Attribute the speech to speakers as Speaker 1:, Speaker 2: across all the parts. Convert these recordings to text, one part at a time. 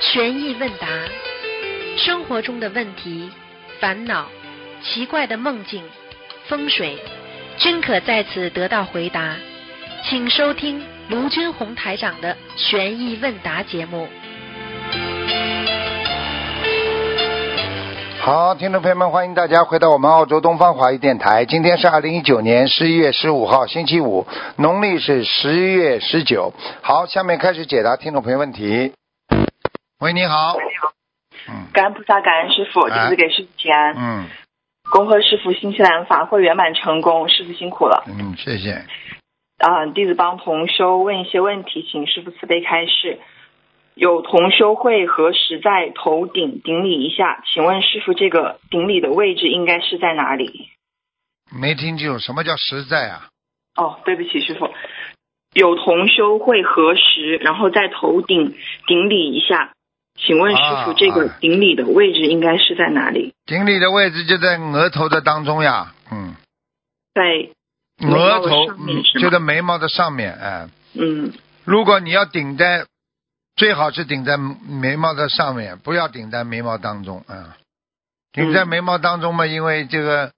Speaker 1: 悬疑问答，生活中的问题、烦恼、奇怪的梦境、风水，均可在此得到回答。请收听卢军红台长的悬疑问答节目。
Speaker 2: 好，听众朋友们，欢迎大家回到我们澳洲东方华语电台。今天是二零一九年十一月十五号，星期五，农历是十月十九。好，下面开始解答听众朋友问题。喂，你好。嗯
Speaker 3: 感恩菩萨，感恩师傅，弟
Speaker 2: 哎
Speaker 3: 子给师傅请安。
Speaker 2: 嗯
Speaker 3: 恭贺师傅新西兰法会圆满成功，师傅辛苦了。
Speaker 2: 嗯，谢谢。
Speaker 3: 啊、弟子帮同修问一些问题，请师傅慈悲开示。有同修会何时在头顶顶礼一下？请问师傅，这个顶礼的位置应该是在哪里？
Speaker 2: 没听清楚什么叫实在啊？
Speaker 3: 哦，对不起，师傅。有同修会何时，然后在头顶顶礼一下？请问师傅，
Speaker 2: 啊
Speaker 3: 这个
Speaker 2: 啊
Speaker 3: 顶礼的位置应该是在哪里？
Speaker 2: 顶礼的位置就在额头的当中呀。嗯，额头嗯
Speaker 3: 在眉毛的上面是吗
Speaker 2: 就在眉毛的上面。哎，
Speaker 3: 嗯
Speaker 2: 如果你要顶在，最好是顶在眉毛的上面，不要顶在眉毛当中啊。顶在
Speaker 3: 嗯
Speaker 2: 眉毛当中嘛，因为这个，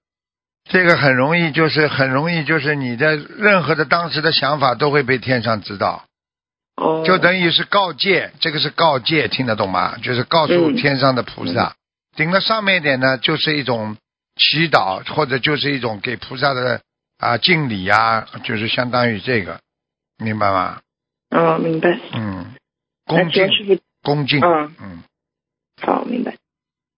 Speaker 2: 这个很容易，就是很容易，就是你的任何的当时的想法都会被天上知道，
Speaker 3: 哦，
Speaker 2: 就等于是告诫，这个是告诫，听得懂吗？就是告诉
Speaker 3: 嗯
Speaker 2: 天上的菩萨，顶到上面一点呢，就是一种祈祷，或者就是一种给菩萨的啊敬礼啊，就是相当于这个，明白吗？
Speaker 3: 嗯，明白。
Speaker 2: 嗯，
Speaker 3: 那
Speaker 2: 恭
Speaker 3: 请问
Speaker 2: 敬
Speaker 3: 师傅，
Speaker 2: 恭敬，
Speaker 3: 哎嗯，
Speaker 2: 嗯，
Speaker 3: 好，明白。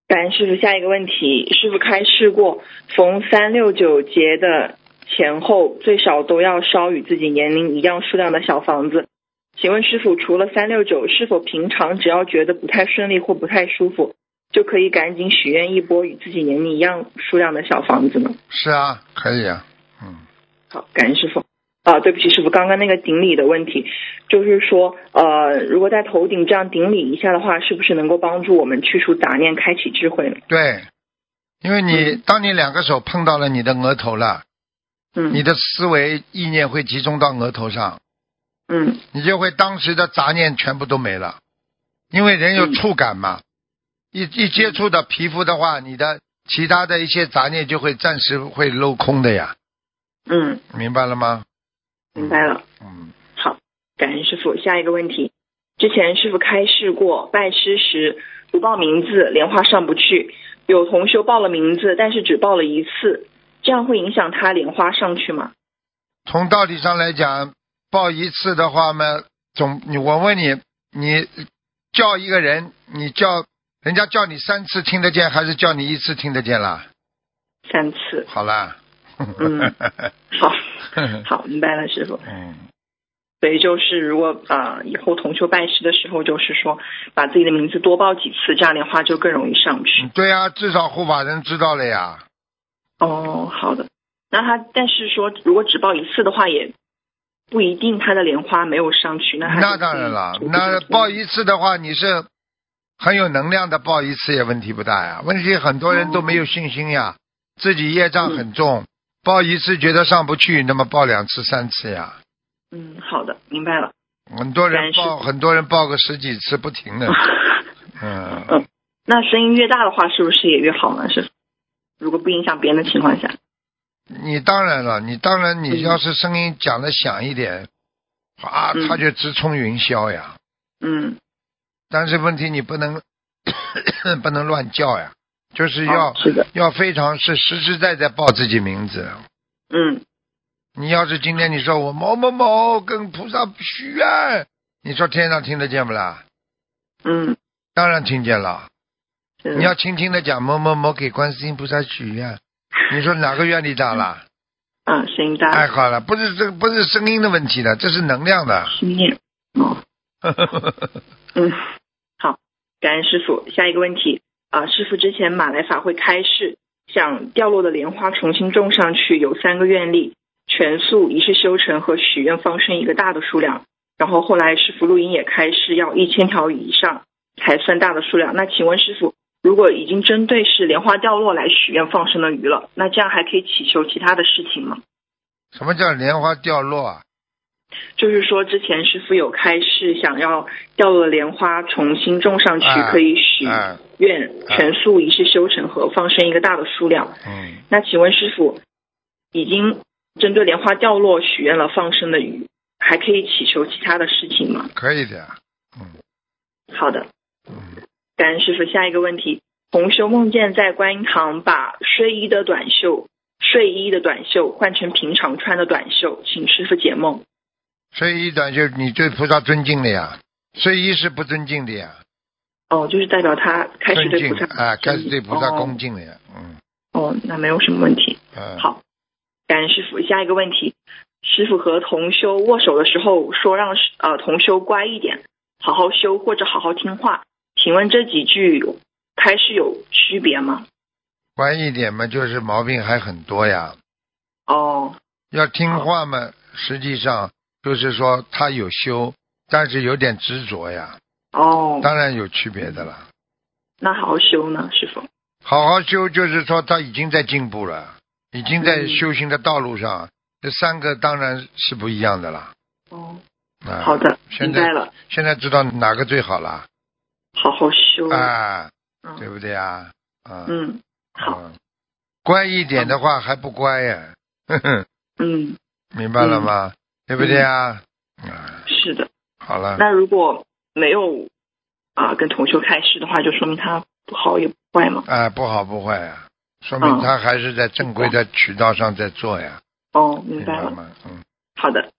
Speaker 3: 感恩师傅，下一个问题，师傅开示过，逢三六九节的前后最少都要烧与自己年龄一样数量的小房子。请问师傅，除了三六九，是否平常只要觉得不太顺利或不太舒服，就可以赶紧许愿一波与自己年龄一样数量的小房子呢？
Speaker 2: 是啊，可以啊，嗯，
Speaker 3: 好，感恩师傅。啊，对不起，师傅，刚刚那个顶礼的问题，就是说，呃，如果在头顶这样顶礼一下的话，是不是能够帮助我们去除杂念，开启智慧呢？
Speaker 2: 对，因为你、当你两个手碰到了你的额头了，
Speaker 3: 嗯，
Speaker 2: 你的思维意念会集中到额头上，
Speaker 3: 嗯
Speaker 2: 你就会当时的杂念全部都没了，因为人有
Speaker 3: 嗯
Speaker 2: 触感嘛，一一接触到皮肤的话，你的其他的一些杂念就会暂时会镂空的呀，
Speaker 3: 嗯，
Speaker 2: 明白了吗？
Speaker 3: 明白了。
Speaker 2: 嗯，
Speaker 3: 好，感恩师傅。下一个问题，之前师傅开示过，拜师时不报名字，莲花上不去。有同修报了名字，但是只报了一次，这样会影响他莲花上去吗？
Speaker 2: 从道理上来讲，报一次的话嘛，总你我问你，你叫一个人，你叫人家叫你三次听得见，还是叫你一次听得见啦？
Speaker 3: 三次。
Speaker 2: 好啦，
Speaker 3: 嗯好，好，明白了，师傅。
Speaker 2: 嗯，
Speaker 3: 所以就是，如果呃以后同修拜师的时候，就是说把自己的名字多报几次，这样莲花就更容易上去。
Speaker 2: 对呀、至少护法人知道了呀。嗯
Speaker 3: 哦，好的。那他但是说，如果只报一次的话，也不一定他的莲花没有上去。那他
Speaker 2: 那当然了，那报
Speaker 3: 一
Speaker 2: 一次的话，你是很有能量的，报一次也问题不大呀。问题很多人都没有信心
Speaker 3: 嗯
Speaker 2: 呀，自己业障很重，报一次觉得上不去，那么报两次、三次呀。
Speaker 3: 嗯，好的，明白了。
Speaker 2: 很多人
Speaker 3: 但是
Speaker 2: 报，很多人报个十几次不停 的，嗯，
Speaker 3: 嗯，那声音越大的话，是不是也越好呢？是，如果不影响别人的情况下，
Speaker 2: 你当然了，你当然你
Speaker 3: 嗯
Speaker 2: 要是声音讲的响一点，啊，
Speaker 3: 嗯
Speaker 2: 他就直冲云霄呀。
Speaker 3: 嗯，
Speaker 2: 但是问题你不能 不能乱叫呀，就是
Speaker 3: 好
Speaker 2: 要
Speaker 3: 哦是的，
Speaker 2: 要非常是实实在在报自己名字。
Speaker 3: 嗯
Speaker 2: 你要是今天你说我某某某跟菩萨许愿，你说天上听得见不啦？
Speaker 3: 嗯，
Speaker 2: 当然听见了。
Speaker 3: 是的
Speaker 2: 你要轻轻的讲某某某给观世音菩萨许愿，你说哪个愿力大了？
Speaker 3: 啊，声音
Speaker 2: 太
Speaker 3: 大，
Speaker 2: 好了，不是这个不是声音的问题了，这是能量的。
Speaker 3: 心念哦。嗯，好，感恩师傅。下一个问题啊，师傅之前马来法会开示，想掉落的莲花重新种上去，有三个愿力：全素、一世修成和许愿放生一个大的数量。然后后来师傅录音也开示，要一千条以上才算大的数量。那请问师傅，如果已经针对是莲花掉落来许愿放生的鱼了，那这样还可以祈求其他的事情吗？
Speaker 2: 什么叫莲花掉落啊？
Speaker 3: 就是说之前师傅有开示，想要掉落的莲花重新种上去
Speaker 2: 啊，
Speaker 3: 可以许
Speaker 2: 啊
Speaker 3: 愿
Speaker 2: 啊
Speaker 3: 全数一世修成和放生一个大的数量。
Speaker 2: 嗯，
Speaker 3: 那请问师傅，已经针对莲花掉落许愿了放生的鱼，还可以祈求其他的事情吗？
Speaker 2: 可以的，嗯
Speaker 3: 好的，
Speaker 2: 嗯，
Speaker 3: 感恩师傅。下一个问题，同修梦见在观音堂把睡衣的短袖、睡衣的短袖换成平常穿的短袖，请师傅解梦。
Speaker 2: 睡衣短袖你对菩萨尊敬的呀，睡衣是不尊敬的呀，
Speaker 3: 哦，就是代表他开始
Speaker 2: 尊
Speaker 3: 对
Speaker 2: 敬
Speaker 3: 菩萨
Speaker 2: 啊，开始对菩萨恭
Speaker 3: 哦
Speaker 2: 敬的呀，嗯
Speaker 3: 哦，那没有什么问题。
Speaker 2: 嗯，
Speaker 3: 好，感恩师傅。下一个问题，师傅和同修握手的时候说让师呃同修乖一点，好好修或者好好听话。请问这几句有开始有区别吗？
Speaker 2: 乖一点嘛，就是毛病还很多呀，
Speaker 3: 哦，
Speaker 2: 要听话嘛，实际上就是说他有修，但是有点执着呀，
Speaker 3: 哦，
Speaker 2: 当然有区别的了。
Speaker 3: 那好好修呢，师傅。
Speaker 2: 好好修，就是说他已经在进步了，已经在
Speaker 3: 嗯
Speaker 2: 修行的道路上。这三个当然是不一样的啦。
Speaker 3: 哦，
Speaker 2: 啊，
Speaker 3: 好的，
Speaker 2: 现
Speaker 3: 明白
Speaker 2: 在
Speaker 3: 了，
Speaker 2: 现在知道哪个最好了
Speaker 3: 好好修。
Speaker 2: 啊，
Speaker 3: 嗯
Speaker 2: 对不对啊？啊，
Speaker 3: 嗯，好，
Speaker 2: 嗯，乖一点的话还不乖呀、呵呵，
Speaker 3: 嗯，
Speaker 2: 明白了吗？对不对啊？啊，
Speaker 3: 是的。
Speaker 2: 好了，
Speaker 3: 嗯那如果没有啊、跟同修开示的话，就说明他不好也不坏嘛。
Speaker 2: 啊，不好不坏啊，说明
Speaker 3: 嗯
Speaker 2: 他还是在正规的渠道上在做呀，
Speaker 3: 哦，明
Speaker 2: 明
Speaker 3: 白
Speaker 2: 白
Speaker 3: 了。
Speaker 2: 吗？嗯，
Speaker 3: 好的，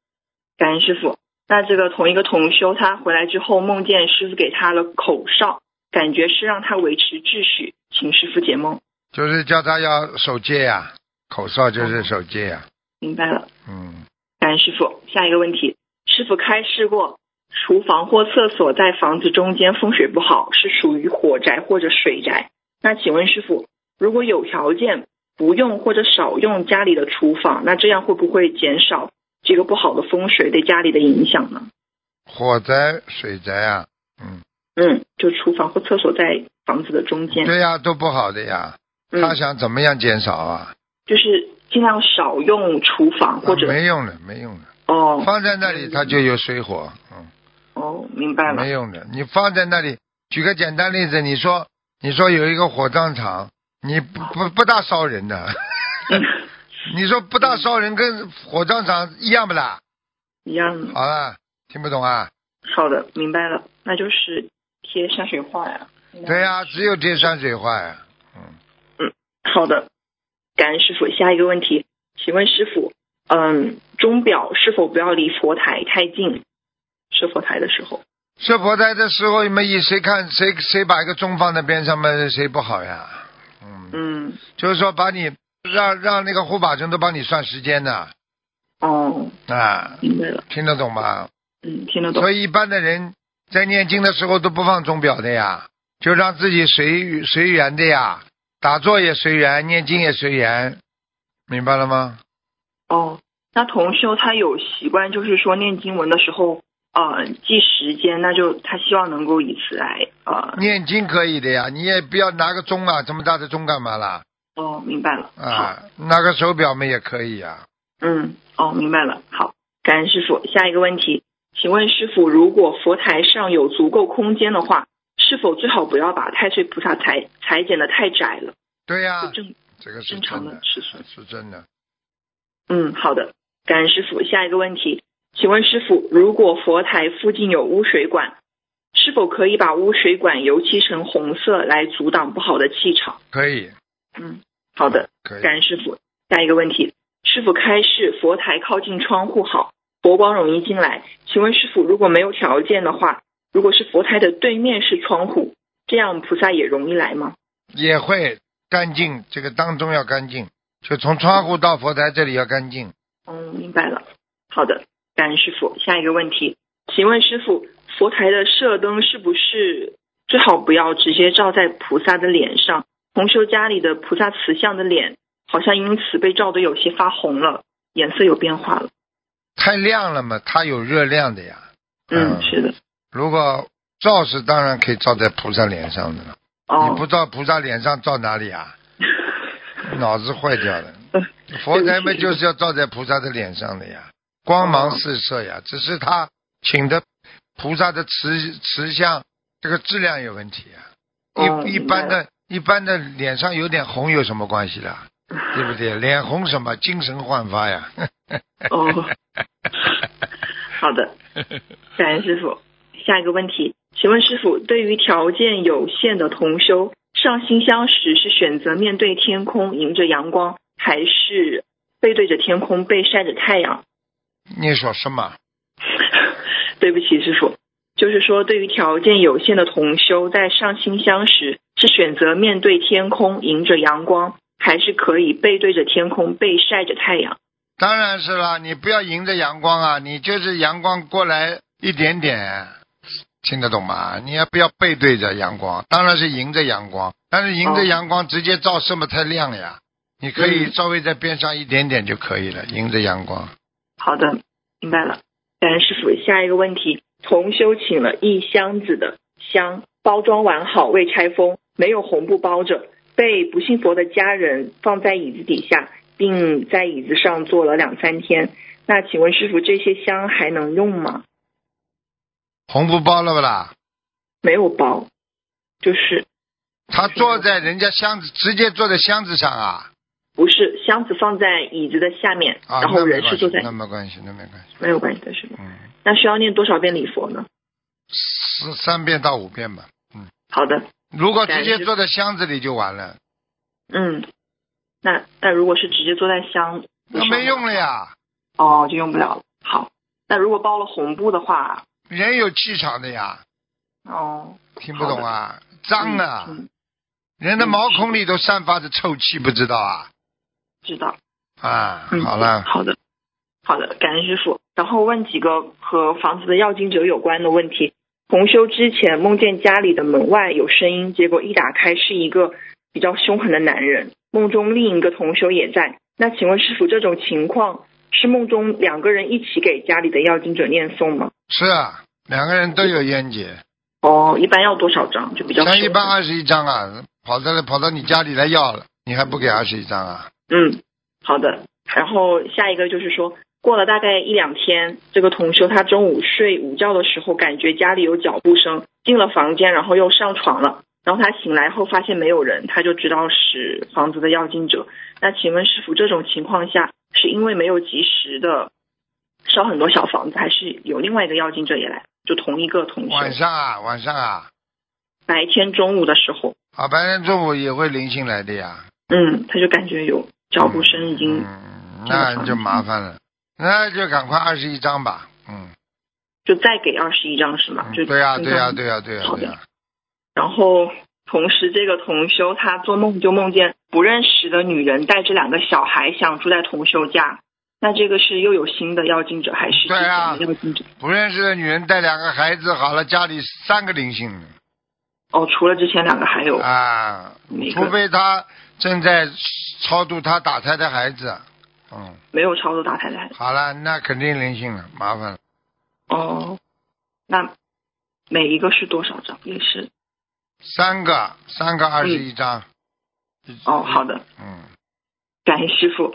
Speaker 3: 感恩师傅。那这个同一个同修，他回来之后梦见师傅给他了口哨，感觉是让他维持秩序，请师傅解梦。
Speaker 2: 就是叫他要守戒呀、口哨
Speaker 3: 嗯
Speaker 2: 就是守戒呀、
Speaker 3: 明白了，
Speaker 2: 嗯，
Speaker 3: 感恩师傅。下一个问题，师傅开示过，厨房或厕所在房子中间风水不好，是属于火宅或者水宅。那请问师傅，如果有条件不用或者少用家里的厨房，那这样会不会减少这个不好的风水对家里的影响呢？
Speaker 2: 火灾、水灾啊，嗯，
Speaker 3: 嗯，就厨房或厕所在房子的中间。
Speaker 2: 对呀、都不好的呀。哎他
Speaker 3: 嗯，
Speaker 2: 想怎么样减少啊？
Speaker 3: 就是尽量少用厨房或者、
Speaker 2: 没用的，没用的，
Speaker 3: 哦
Speaker 2: 放在那里它就有水火，嗯，
Speaker 3: 哦，明白了
Speaker 2: 没。用的。你放在那里，举个简单例子，你说你说有一个火葬场，你不不不大烧人的，
Speaker 3: 嗯，
Speaker 2: 你说不大烧人跟火葬场一样不啦？
Speaker 3: 一样的。
Speaker 2: 好了，听不懂啊？
Speaker 3: 好的，明白了，那就是贴山水画呀。
Speaker 2: 对呀、只有贴山水画呀、嗯，
Speaker 3: 好的，感恩师傅。下一个问题，请问师傅，嗯，钟表是否不要离佛台太近？设佛台的时候，
Speaker 2: 设佛台的时候，你们以谁看谁谁把一个钟放在边上嘛，谁不好呀？嗯，
Speaker 3: 嗯，
Speaker 2: 就是说把你让让那个护法神都帮你算时间呢
Speaker 3: 哦，
Speaker 2: 啊，
Speaker 3: 明白了，
Speaker 2: 听得懂吗？
Speaker 3: 嗯，听得懂
Speaker 2: 所。以一般的人在念经的时候都不放钟表的呀，就让自己随随缘的呀，打坐也随缘，念经也随缘，明白了吗？
Speaker 3: 哦，那同修他有习惯，就是说念经文的时候，呃，记时间，那就他希望能够以此来，呃，
Speaker 2: 念经可以的呀，你也不要拿个钟啊，这么大的钟干嘛啦？
Speaker 3: 哦，明白了，好，
Speaker 2: 啊，拿个手表嘛也可以呀、
Speaker 3: 嗯，哦，明白了，好，感恩师傅。下一个问题，请问师傅，如果佛台上有足够空间的话，是否最好不要把太岁菩萨裁裁剪的太窄了，
Speaker 2: 对呀、
Speaker 3: 就正
Speaker 2: 这个啊是
Speaker 3: 正常
Speaker 2: 真
Speaker 3: 的
Speaker 2: 的，
Speaker 3: 尺寸？
Speaker 2: 是真的。
Speaker 3: 嗯，好的，感恩师傅。下一个问题，请问师傅，如果佛台附近有污水管，是否可以把污水管油漆成红色来阻挡不好的气场？
Speaker 2: 可以，
Speaker 3: 嗯，好的，
Speaker 2: 可以。
Speaker 3: 感恩师傅。下一个问题，师傅开示佛台靠近窗户好，佛光容易进来。请问师傅，如果没有条件的话，如果是佛台的对面是窗户，这样菩萨也容易来吗？
Speaker 2: 也会干净，这个当中要干净，就从窗户到佛台这里要干净。
Speaker 3: 嗯，明白了。好的，感恩师傅。下一个问题，请问师傅，佛台的射灯是不是最好不要直接照在菩萨的脸上？同修家里的菩萨慈像的脸好像因此被照得有些发红了，颜色有变化了。
Speaker 2: 太亮了嘛，它有热量的呀。
Speaker 3: 嗯，是的。
Speaker 2: 如果照是当然可以照在菩萨脸上的了，
Speaker 3: 哦
Speaker 2: 你，不照菩萨脸上照哪里啊？脑子坏掉了。佛台嘛就是要照在菩萨的脸上的呀，光芒四射呀，只是他请的菩萨的慈慈像这个质量有问题啊。
Speaker 3: 哦
Speaker 2: 一一
Speaker 3: 明白
Speaker 2: 般的一般的脸上有点红有什么关系的？对不对？脸红什么？精神焕发呀！
Speaker 3: 哦，好的，感恩师傅。下一个问题，请问师傅，对于条件有限的同修，上新香时是选择面对天空迎着阳光，还是背对着天空被晒着太阳？
Speaker 2: 你说什么？
Speaker 3: 对不起，师傅，就是说，对于条件有限的同修，在上新香时是选择面对天空迎着阳光，还是可以背对着天空被晒着太阳？
Speaker 2: 当然是啦，你不要迎着阳光啊，你就是阳光过来一点点，听得懂吗？你要不要背对着阳光？当然是迎着阳光，但是迎着
Speaker 3: 哦
Speaker 2: 阳光直接照射嘛，太亮呀。你可以
Speaker 3: 嗯
Speaker 2: 稍微在边上一点点就可以了，迎着阳光。
Speaker 3: 好的，明白了。感恩师傅。下一个问题，同修请了一箱子的香，包装完好未拆封，没有红布包着，被不信佛的家人放在椅子底下，并在椅子上坐了两三天。那请问师傅，这些香还能用吗？
Speaker 2: 红布包了不啦？
Speaker 3: 没有包，就是
Speaker 2: 他坐在人家箱子，直接坐在箱子上啊
Speaker 3: 不是箱子放在椅子的下面，
Speaker 2: 啊，
Speaker 3: 然后
Speaker 2: 那没
Speaker 3: 人
Speaker 2: 关
Speaker 3: 是
Speaker 2: 系
Speaker 3: 坐，在
Speaker 2: 那没关系，那没关系，
Speaker 3: 没有关系的是吗？
Speaker 2: 嗯，
Speaker 3: 那需要念多少遍礼佛呢？
Speaker 2: 四三遍到五遍吧。
Speaker 3: 好的，
Speaker 2: 如果直
Speaker 3: 感
Speaker 2: 接
Speaker 3: 觉
Speaker 2: 坐在箱子里就完了，
Speaker 3: 嗯，那那如果是直接坐在箱，
Speaker 2: 那没用了呀。
Speaker 3: 哦，就用不了了。好，那如果包了红布的话，
Speaker 2: 人有气场的呀，
Speaker 3: 哦，
Speaker 2: 听不懂啊，脏啊，
Speaker 3: 嗯，嗯
Speaker 2: 人的毛孔里都散发着臭气，不知道啊
Speaker 3: 知道。
Speaker 2: 啊，
Speaker 3: 嗯，
Speaker 2: 好了，
Speaker 3: 好的，好的，感恩师傅。然后问几个和房子的要经者有关的问题。同修之前梦见家里的门外有声音，结果一打开是一个比较凶狠的男人。梦中另一个同修也在。那请问师傅，这种情况是梦中两个人一起给家里的要经者念诵吗？
Speaker 2: 是啊，两个人都有冤结，
Speaker 3: 哦，一般要多少张？就比较
Speaker 2: 像一
Speaker 3: 凶
Speaker 2: 般
Speaker 3: 狠
Speaker 2: 二十一张啊，跑到跑到你家里来要了，你还不给二十一张啊？
Speaker 3: 嗯，好的。然后下一个就是说，过了大概一两天，这个同修他中午睡午觉的时候，感觉家里有脚步声，进了房间，然后又上床了。然后他醒来后发现没有人，他就知道是房子的要经者。那请问师傅，这种情况下是因为没有及时的烧很多小房子，还是有另外一个要经者也来？就同一个同
Speaker 2: 晚
Speaker 3: 修，
Speaker 2: 上啊，晚上啊，
Speaker 3: 白天中午的时候，
Speaker 2: 啊，白天中午也会灵性来的呀，
Speaker 3: 嗯，他就感觉有脚步声已经
Speaker 2: 嗯，那就麻烦了，那就赶快二十一张吧，嗯，
Speaker 3: 就再给二十一张是吗？嗯就
Speaker 2: 对呀，
Speaker 3: 刚
Speaker 2: 对
Speaker 3: 刚
Speaker 2: 呀，对呀，对呀，
Speaker 3: 好
Speaker 2: 对
Speaker 3: 的
Speaker 2: 呀，
Speaker 3: 然后同时这个同修他做梦就梦见不认识的女人带着两个小孩想住在同修家，那这个是又有新的要经者还是之
Speaker 2: 对
Speaker 3: 前
Speaker 2: 啊
Speaker 3: 的要经者？
Speaker 2: 不认识的女人带两个孩子，好了，家里三个灵性了。
Speaker 3: 哦，除了之前两个还有
Speaker 2: 啊，
Speaker 3: 哪
Speaker 2: 除
Speaker 3: 个
Speaker 2: 非他正在超度他打胎的孩子，嗯，
Speaker 3: 没有超度打胎的孩子？
Speaker 2: 好了，那肯定灵性了，麻烦了。
Speaker 3: 哦，那每一个是多少张？也是
Speaker 2: 三个，三个二十一张。
Speaker 3: 哦，好的。
Speaker 2: 嗯，
Speaker 3: 感谢师傅。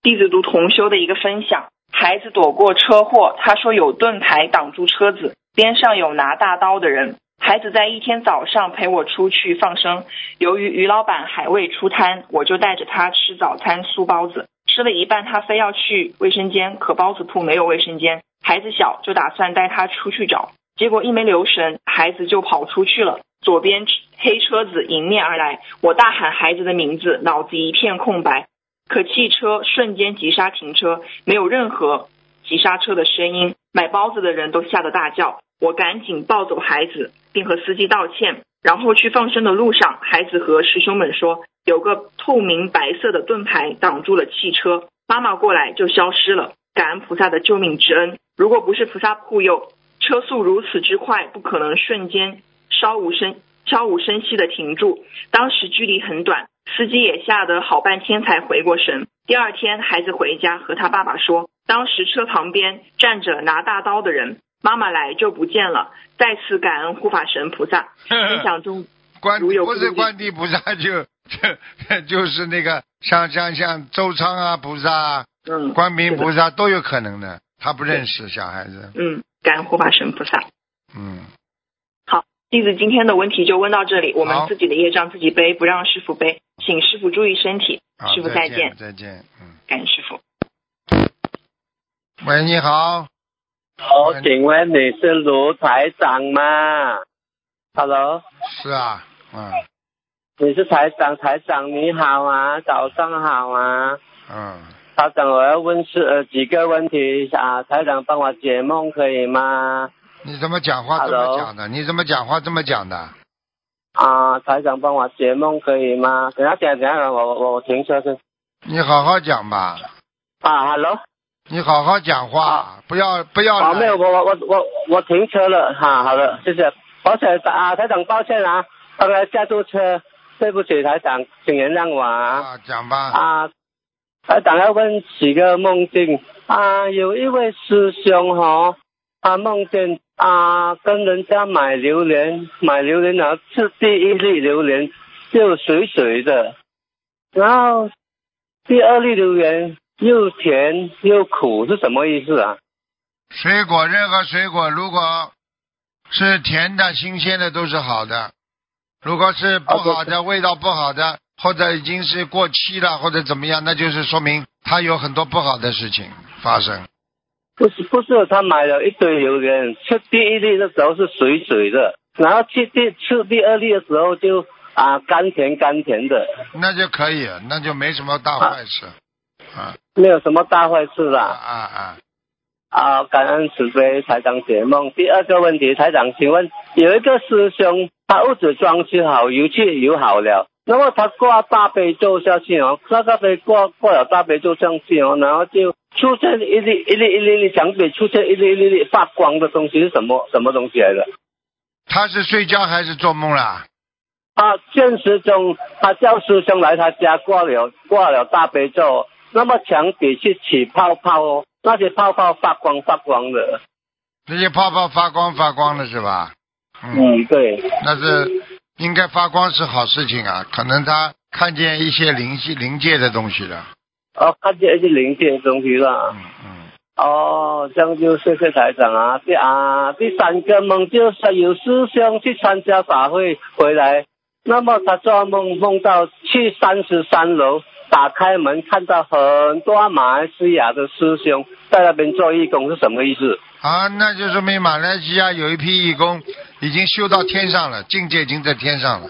Speaker 3: 弟子读同修的一个分享，孩子躲过车祸，他说有盾牌挡住车子，边上有拿大刀的人。孩子在一天早上陪我出去放生，由于于老板还未出摊，我就带着他吃早餐酥包子，吃了一半他非要去卫生间，可包子铺没有卫生间，孩子小就打算带他出去找，结果一没留神，孩子就跑出去了。左边黑车子迎面而来，我大喊孩子的名字，脑子一片空白。可汽车瞬间急刹停车，没有任何急刹车的声音。买包子的人都吓得大叫。我赶紧抱走孩子，并和司机道歉。然后去放生的路上，孩子和师兄们说，有个透明白色的盾牌挡住了汽车，妈妈过来就消失了。感恩菩萨的救命之恩，如果不是菩萨护佑，车速如此之快，不可能瞬间稍无声悄无声息的停住。当时距离很短，司机也吓得好半天才回过神。第二天，孩子回家和他爸爸说，当时车旁边站着拿大刀的人，妈妈来就不见了。再次感恩护法神菩萨，
Speaker 2: 嗯
Speaker 3: 分享中
Speaker 2: 关
Speaker 3: 如有
Speaker 2: 不是
Speaker 3: 顾虑
Speaker 2: 观 地菩萨就就就是那个像像像周仓啊菩萨啊，
Speaker 3: 嗯
Speaker 2: 观世音菩
Speaker 3: 是
Speaker 2: 萨都有可能的，他不认识小孩子，
Speaker 3: 嗯，感恩护法神菩萨。
Speaker 2: 嗯，
Speaker 3: 弟子今天的问题就问到这里，我们
Speaker 2: 好
Speaker 3: 自己的业障自己背，不让师傅背，请师傅注意身体。
Speaker 2: 好，
Speaker 3: 师傅
Speaker 2: 再
Speaker 3: 再见
Speaker 2: 再见，嗯，
Speaker 3: 感恩师傅。
Speaker 2: 喂，你好，
Speaker 4: 好
Speaker 2: 嗯，
Speaker 4: 请问你是卢台长吗？Hello，
Speaker 2: 是啊，嗯
Speaker 4: 你是台长，台长你好啊，早上好啊。
Speaker 2: 嗯，
Speaker 4: 台长，我要问是呃几个问题啊，台长帮我解梦可以吗？
Speaker 2: 你怎么讲话这么
Speaker 4: Hello
Speaker 2: 讲的？你怎么讲话这么讲的？
Speaker 4: 啊，台长帮我解梦可以吗？等一下等一下等一下，我我我停车先。
Speaker 2: 你好好讲吧，
Speaker 4: 啊，Hello，
Speaker 2: 你好好讲话
Speaker 4: 好，
Speaker 2: 不要不要
Speaker 4: 啊，没有，
Speaker 2: 懒，
Speaker 4: 我我我我我停车了哈、好了，谢谢。而且啊，台长抱歉啊，刚才下错车，对不起台长，请原谅我啊
Speaker 2: 啊，讲吧，
Speaker 4: 啊，呃，大家问几个梦境啊，有一位师兄哈、哦，啊梦见啊跟人家买榴莲，买榴莲然后吃第一粒榴莲就水水的，然后第二粒榴莲又甜又苦，是什么意思啊？
Speaker 2: 水果任何水果如果是甜的、新鲜的都是好的，如果是不好的、味道不好的，或者已经是过期了或者怎么样，那就是说明它有很多不好的事情发生。
Speaker 4: 不是不是，他买了一堆榴莲，吃第一粒的时候是水水的，然后吃第吃第二粒的时候就啊甘甜甘甜的，
Speaker 2: 那就可以，那就没什么大坏事。啊
Speaker 4: 没有什么大坏事
Speaker 2: 啊
Speaker 4: 啦。
Speaker 2: 啊！
Speaker 4: 啊，感恩慈悲台长解梦。第二个问题，台长，请问有一个师兄，他屋子装修好，油漆油好了，那么他挂大悲咒下去哦，那个被挂挂了大悲咒上去哦，然后就出现一粒一粒一粒粒墙壁出现一粒一粒粒发光的东西是什么什么东西来的？
Speaker 2: 他是睡觉还是做梦啦？
Speaker 4: 啊，现实中他叫师兄来他家挂了挂了大悲咒，那么墙壁是起泡泡哦，那些泡泡发光发光的。
Speaker 2: 那些泡泡发光发光的是吧？嗯，
Speaker 4: 嗯，对。
Speaker 2: 那是应该发光是好事情啊。可能他看见一些灵系灵界的东西了。
Speaker 4: 哦，看见一些零件的东西了。
Speaker 2: 嗯嗯，
Speaker 4: 哦，这样就谢谢台长啊。第啊，第三个梦就是有师兄去参加法会回来，那么他做梦梦到去三十三楼，打开门看到很多马来西亚的师兄在那边做义工，是什么意思？
Speaker 2: 啊，那就说明马来西亚有一批义工已经修到天上了，境界已经在天上了。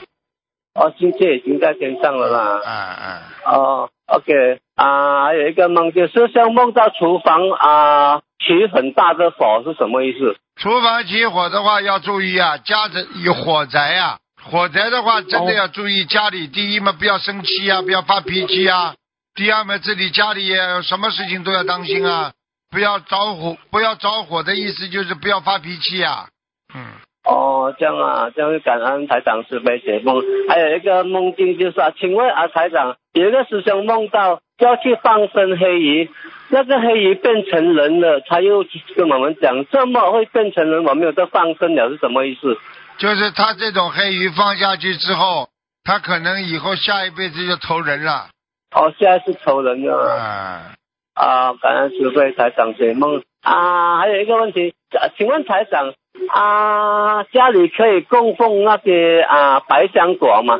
Speaker 4: 哦，境界已经在天上了啦。
Speaker 2: 哎哎，
Speaker 4: 哦，OK 啊，还有一个梦就是师兄梦到厨房啊起很大的火，是什么意思？
Speaker 2: 厨房起火的话要注意啊，家子有火灾啊，火灾的话真的要注意家里。第一嘛，不要生气啊，不要发脾气啊。第二嘛，自己家里也什么事情都要当心啊，不要着火，不要着火的意思就是不要发脾气啊。嗯，
Speaker 4: 哦，这样啊，这样就感恩台长慈悲解梦。还有一个梦境就是啊，请问啊台长，有一个师兄梦到要去放生黑鱼，那个黑鱼变成人了，他又跟我们讲这么会变成人，我没有得放生了是什么意思？
Speaker 2: 就是他这种黑鱼放下去之后，他可能以后下一辈子就投人了。
Speaker 4: 哦，现在是仇人了。
Speaker 2: 啊，
Speaker 4: 啊，感恩慈悲台长解梦啊，还有一个问题，啊请问台长啊，家里可以供奉那些啊白香果吗？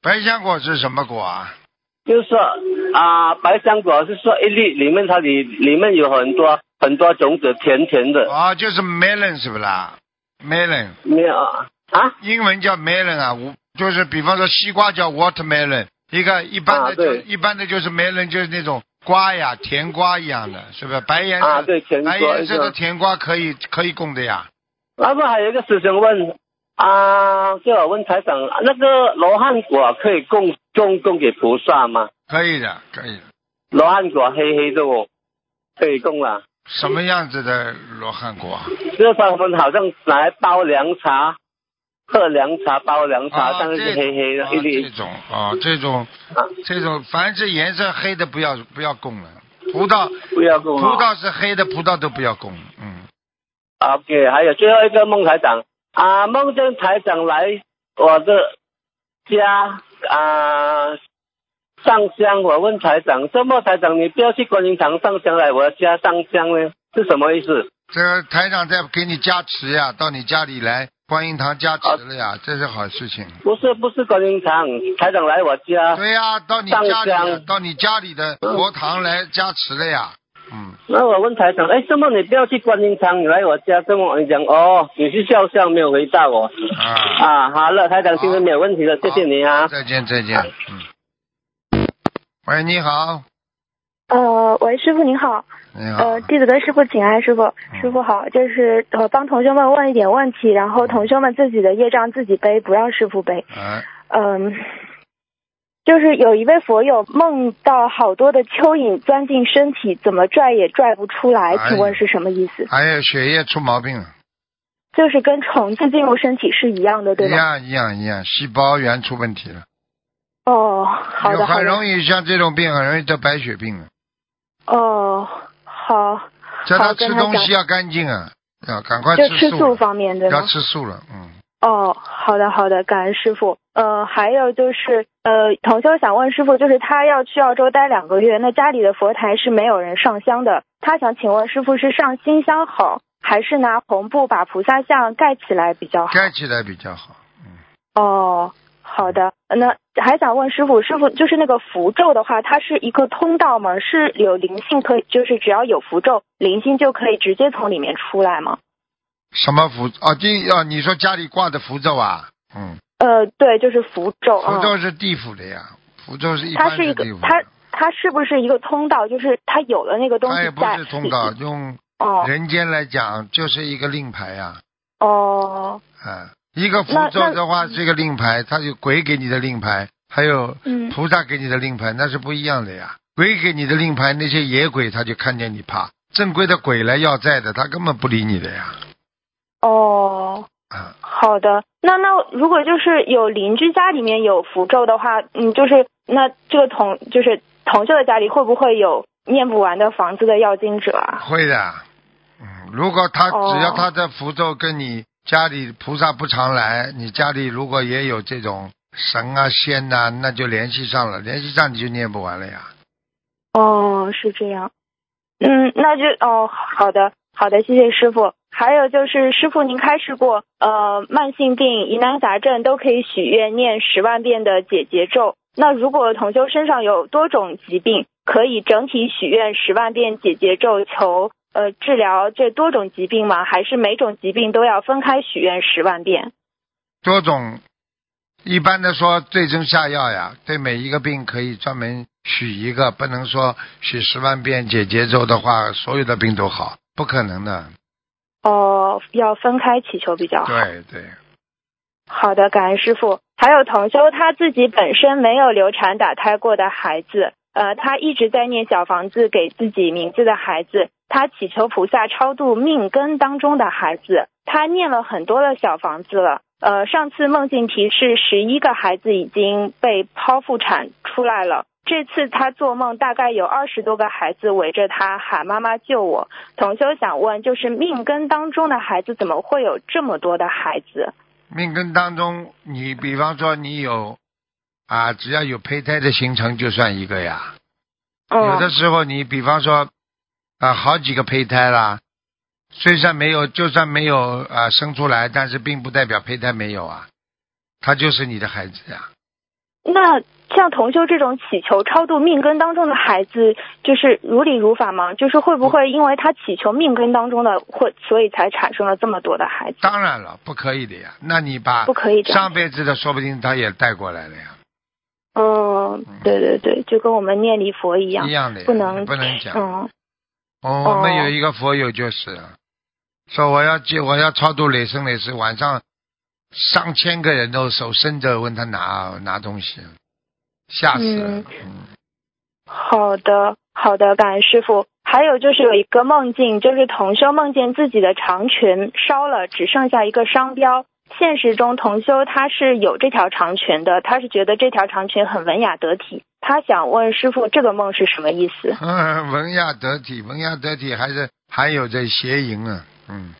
Speaker 2: 白香果是什么果啊？
Speaker 4: 就是说啊、白香果是说一粒里面它里里面有很多很多种子，甜甜的，
Speaker 2: 啊，就是 melon 是不啦？melon。
Speaker 4: 没有啊？啊
Speaker 2: 英文叫 melon 啊，我就是比方说西瓜叫 watermelon，一个一般的
Speaker 4: 啊
Speaker 2: 就、
Speaker 4: 对
Speaker 2: 一般的就是 melon 就是那种瓜呀，甜瓜一样的，是不是？白颜色、
Speaker 4: 啊，对，甜
Speaker 2: 白
Speaker 4: 瓜
Speaker 2: 颜色
Speaker 4: 是
Speaker 2: 的
Speaker 4: 吧。
Speaker 2: 甜瓜可以可以供的呀。
Speaker 4: 然后还有一个师兄问啊，就我问台长，啊那个罗汉果可以供供供给菩萨吗？
Speaker 2: 可以的，可以的。
Speaker 4: 罗汉果黑黑的哦，可以供啦，
Speaker 2: 什么样子的罗汉果啊？
Speaker 4: 就是他们好像拿来煲凉茶，喝凉茶煲凉茶，但是
Speaker 2: 这
Speaker 4: 是黑黑的
Speaker 2: 啊
Speaker 4: 一
Speaker 2: 这
Speaker 4: 粒
Speaker 2: 种啊，这种
Speaker 4: 啊，
Speaker 2: 这种，凡是颜色黑的不要不要供了，葡萄
Speaker 4: 不要供
Speaker 2: 葡
Speaker 4: 哦。
Speaker 2: 萄是黑的，葡萄都不要供，嗯。
Speaker 4: OK，还有最后一个孟台长啊，孟正台长来我的家啊，上香，我问台长，这么台长你不要去观音堂上香来我家上香呢？是什么意思？
Speaker 2: 这个台长在给你加持呀，到你家里来，观音堂加持了
Speaker 4: 啊
Speaker 2: 呀，这是好事情。
Speaker 4: 不是不是观音堂，台长来我家，
Speaker 2: 对呀、到你家里
Speaker 4: 啊上
Speaker 2: 的
Speaker 4: 香嗯
Speaker 2: 到你家里的佛堂来加持了呀。嗯，
Speaker 4: 那我问台长，哎，怎么你不要去观音堂，你来我家？跟我讲哦，你去笑笑没有回答我
Speaker 2: 啊，
Speaker 4: 啊。好了，台长今天没有问题了，谢谢你啊。
Speaker 2: 再见再见。嗯，喂，你好，
Speaker 5: 呃，喂，师傅您好，
Speaker 2: 你好。嗯
Speaker 5: 呃，弟子跟师傅请安，师傅，师傅好，就是呃帮同学们问一点问题，然
Speaker 2: 嗯
Speaker 5: 后同学们自己的业障自己背，不让师傅背。
Speaker 2: 哎，
Speaker 5: 嗯，就是有一位佛友梦到好多的蚯蚓钻进身体，怎么拽也拽不出来，
Speaker 2: 哎
Speaker 5: 请问是什么意思？
Speaker 2: 还有血液出毛病了，
Speaker 5: 就是跟虫子进入身体是一样的，对
Speaker 2: 一
Speaker 5: 吗？
Speaker 2: 样一样一样，细胞源出问题了，
Speaker 5: 哦，好
Speaker 2: 有
Speaker 5: 的，好
Speaker 2: 很
Speaker 5: 的。
Speaker 2: 容易像这种病，很容易得白血病了。
Speaker 5: 哦，好，
Speaker 2: 叫
Speaker 5: 好
Speaker 2: 他
Speaker 5: 跟
Speaker 2: 吃
Speaker 5: 他
Speaker 2: 东
Speaker 5: 讲
Speaker 2: 西要干净啊，要赶快
Speaker 5: 就
Speaker 2: 吃
Speaker 5: 吃素
Speaker 2: 素了，
Speaker 5: 方面对吗
Speaker 2: 要？吃素了，嗯。
Speaker 5: 哦，好的好的，感恩师傅。呃，还有就是，呃，同修想问师傅，就是他要去澳洲待两个月，那家里的佛台是没有人上香的，他想请问师傅是上新香好，还是拿红布把菩萨像盖起来比较好？
Speaker 2: 盖起来比较好。
Speaker 5: 哦，好的。那还想问师傅，师傅就是那个符咒的话，它是一个通道吗？是有灵性可以，就是只要有符咒，灵性就可以直接从里面出来吗？
Speaker 2: 什么符？哦，第哦，你说家里挂的符咒啊？嗯，
Speaker 5: 呃，对，就是符咒。
Speaker 2: 符
Speaker 5: 嗯
Speaker 2: 咒是地府的呀，符咒是一
Speaker 5: 它
Speaker 2: 般
Speaker 5: 是一个
Speaker 2: 地府的。
Speaker 5: 它它是不是一个通道？就是它有了那个东
Speaker 2: 它也
Speaker 5: 西
Speaker 2: 不
Speaker 5: 在
Speaker 2: 是通道，用
Speaker 5: 哦
Speaker 2: 人间来讲就是一个令牌呀、
Speaker 5: 哦
Speaker 2: 啊，一个符
Speaker 5: 那
Speaker 2: 咒的话是一个令牌，它有鬼给你的令牌，还有
Speaker 5: 嗯
Speaker 2: 菩萨给你的令牌，那是不一样的呀。鬼给你的令牌，那些野鬼他就看见你怕，正规的鬼来要债的，他根本不理你的呀。
Speaker 5: 哦，
Speaker 2: 啊，
Speaker 5: 好的。那那如果就是有邻居家里面有符咒的话，嗯，就是那这个同就是同舅的家里会不会有念不完的房子的要经者啊？
Speaker 2: 会的，嗯，如果他
Speaker 5: 哦
Speaker 2: 只要他的符咒跟你家里菩萨不常来，你家里如果也有这种神啊仙呐、那就联系上了，联系上你就念不完了呀。
Speaker 5: 哦，是这样。嗯，那就哦，好的，好的，谢谢师傅。还有就是，师傅您开示过，呃，慢性病、疑难杂症都可以许愿念十万遍的解结咒。那如果同修身上有多种疾病，可以整体许愿十万遍解结咒求呃治疗这多种疾病吗？还是每种疾病都要分开许愿十万遍？
Speaker 2: 多种，一般的说对症下药呀，对每一个病可以专门许一个，不能说许十万遍解结咒的话，所有的病都好，不可能的。
Speaker 5: 哦，要分开祈求比较好。
Speaker 2: 对对，
Speaker 5: 好的，感恩师傅。还有同修他自己本身没有流产打胎过的孩子，呃，他一直在念小房子给自己名字的孩子，他祈求菩萨超度命根当中的孩子。他念了很多的小房子了，呃，上次梦境提示十一个孩子已经被剖腹产出来了。这次他做梦，大概有二十多个孩子围着他喊“妈妈救我”。同修想问，就是命根当中的孩子怎么会有这么多的孩子？
Speaker 2: 命根当中，你比方说你有啊，只要有胚胎的形成就算一个呀。
Speaker 5: 嗯、
Speaker 2: 有的时候你比方说啊，好几个胚胎啦，虽然没有，就算没有啊生出来，但是并不代表胚胎没有啊，他就是你的孩子呀、
Speaker 5: 那像同修这种祈求超度命根当中的孩子，就是如理如法吗？就是会
Speaker 2: 嗯
Speaker 5: 不会因为他祈求命根当中的，会所以才产生了这么多的孩子？
Speaker 2: 当然了，不可以的呀。那你把
Speaker 5: 不可以这样。
Speaker 2: 上辈子的，说不定他也带过来了呀，
Speaker 5: 嗯，对对对，就跟我们念礼佛一样
Speaker 2: 一，样的呀，
Speaker 5: 不能
Speaker 2: 不能讲。哦
Speaker 5: 嗯
Speaker 2: 我我们
Speaker 5: 哦
Speaker 2: 有一个佛友就是，说我要借我要超度累生累世，晚上上千个人都手伸着问他拿拿东西，吓死了。嗯
Speaker 5: 好的，好的，感恩师傅。还有就是有一个梦境，就是同修梦见自己的长裙烧了，只剩下一个商标。现实中，同修他是有这条长裙的，他是觉得这条长裙很文雅得体。他想问师傅，这个梦是什么意思？
Speaker 2: 文雅得体，文雅得体还是还有这邪淫啊，嗯，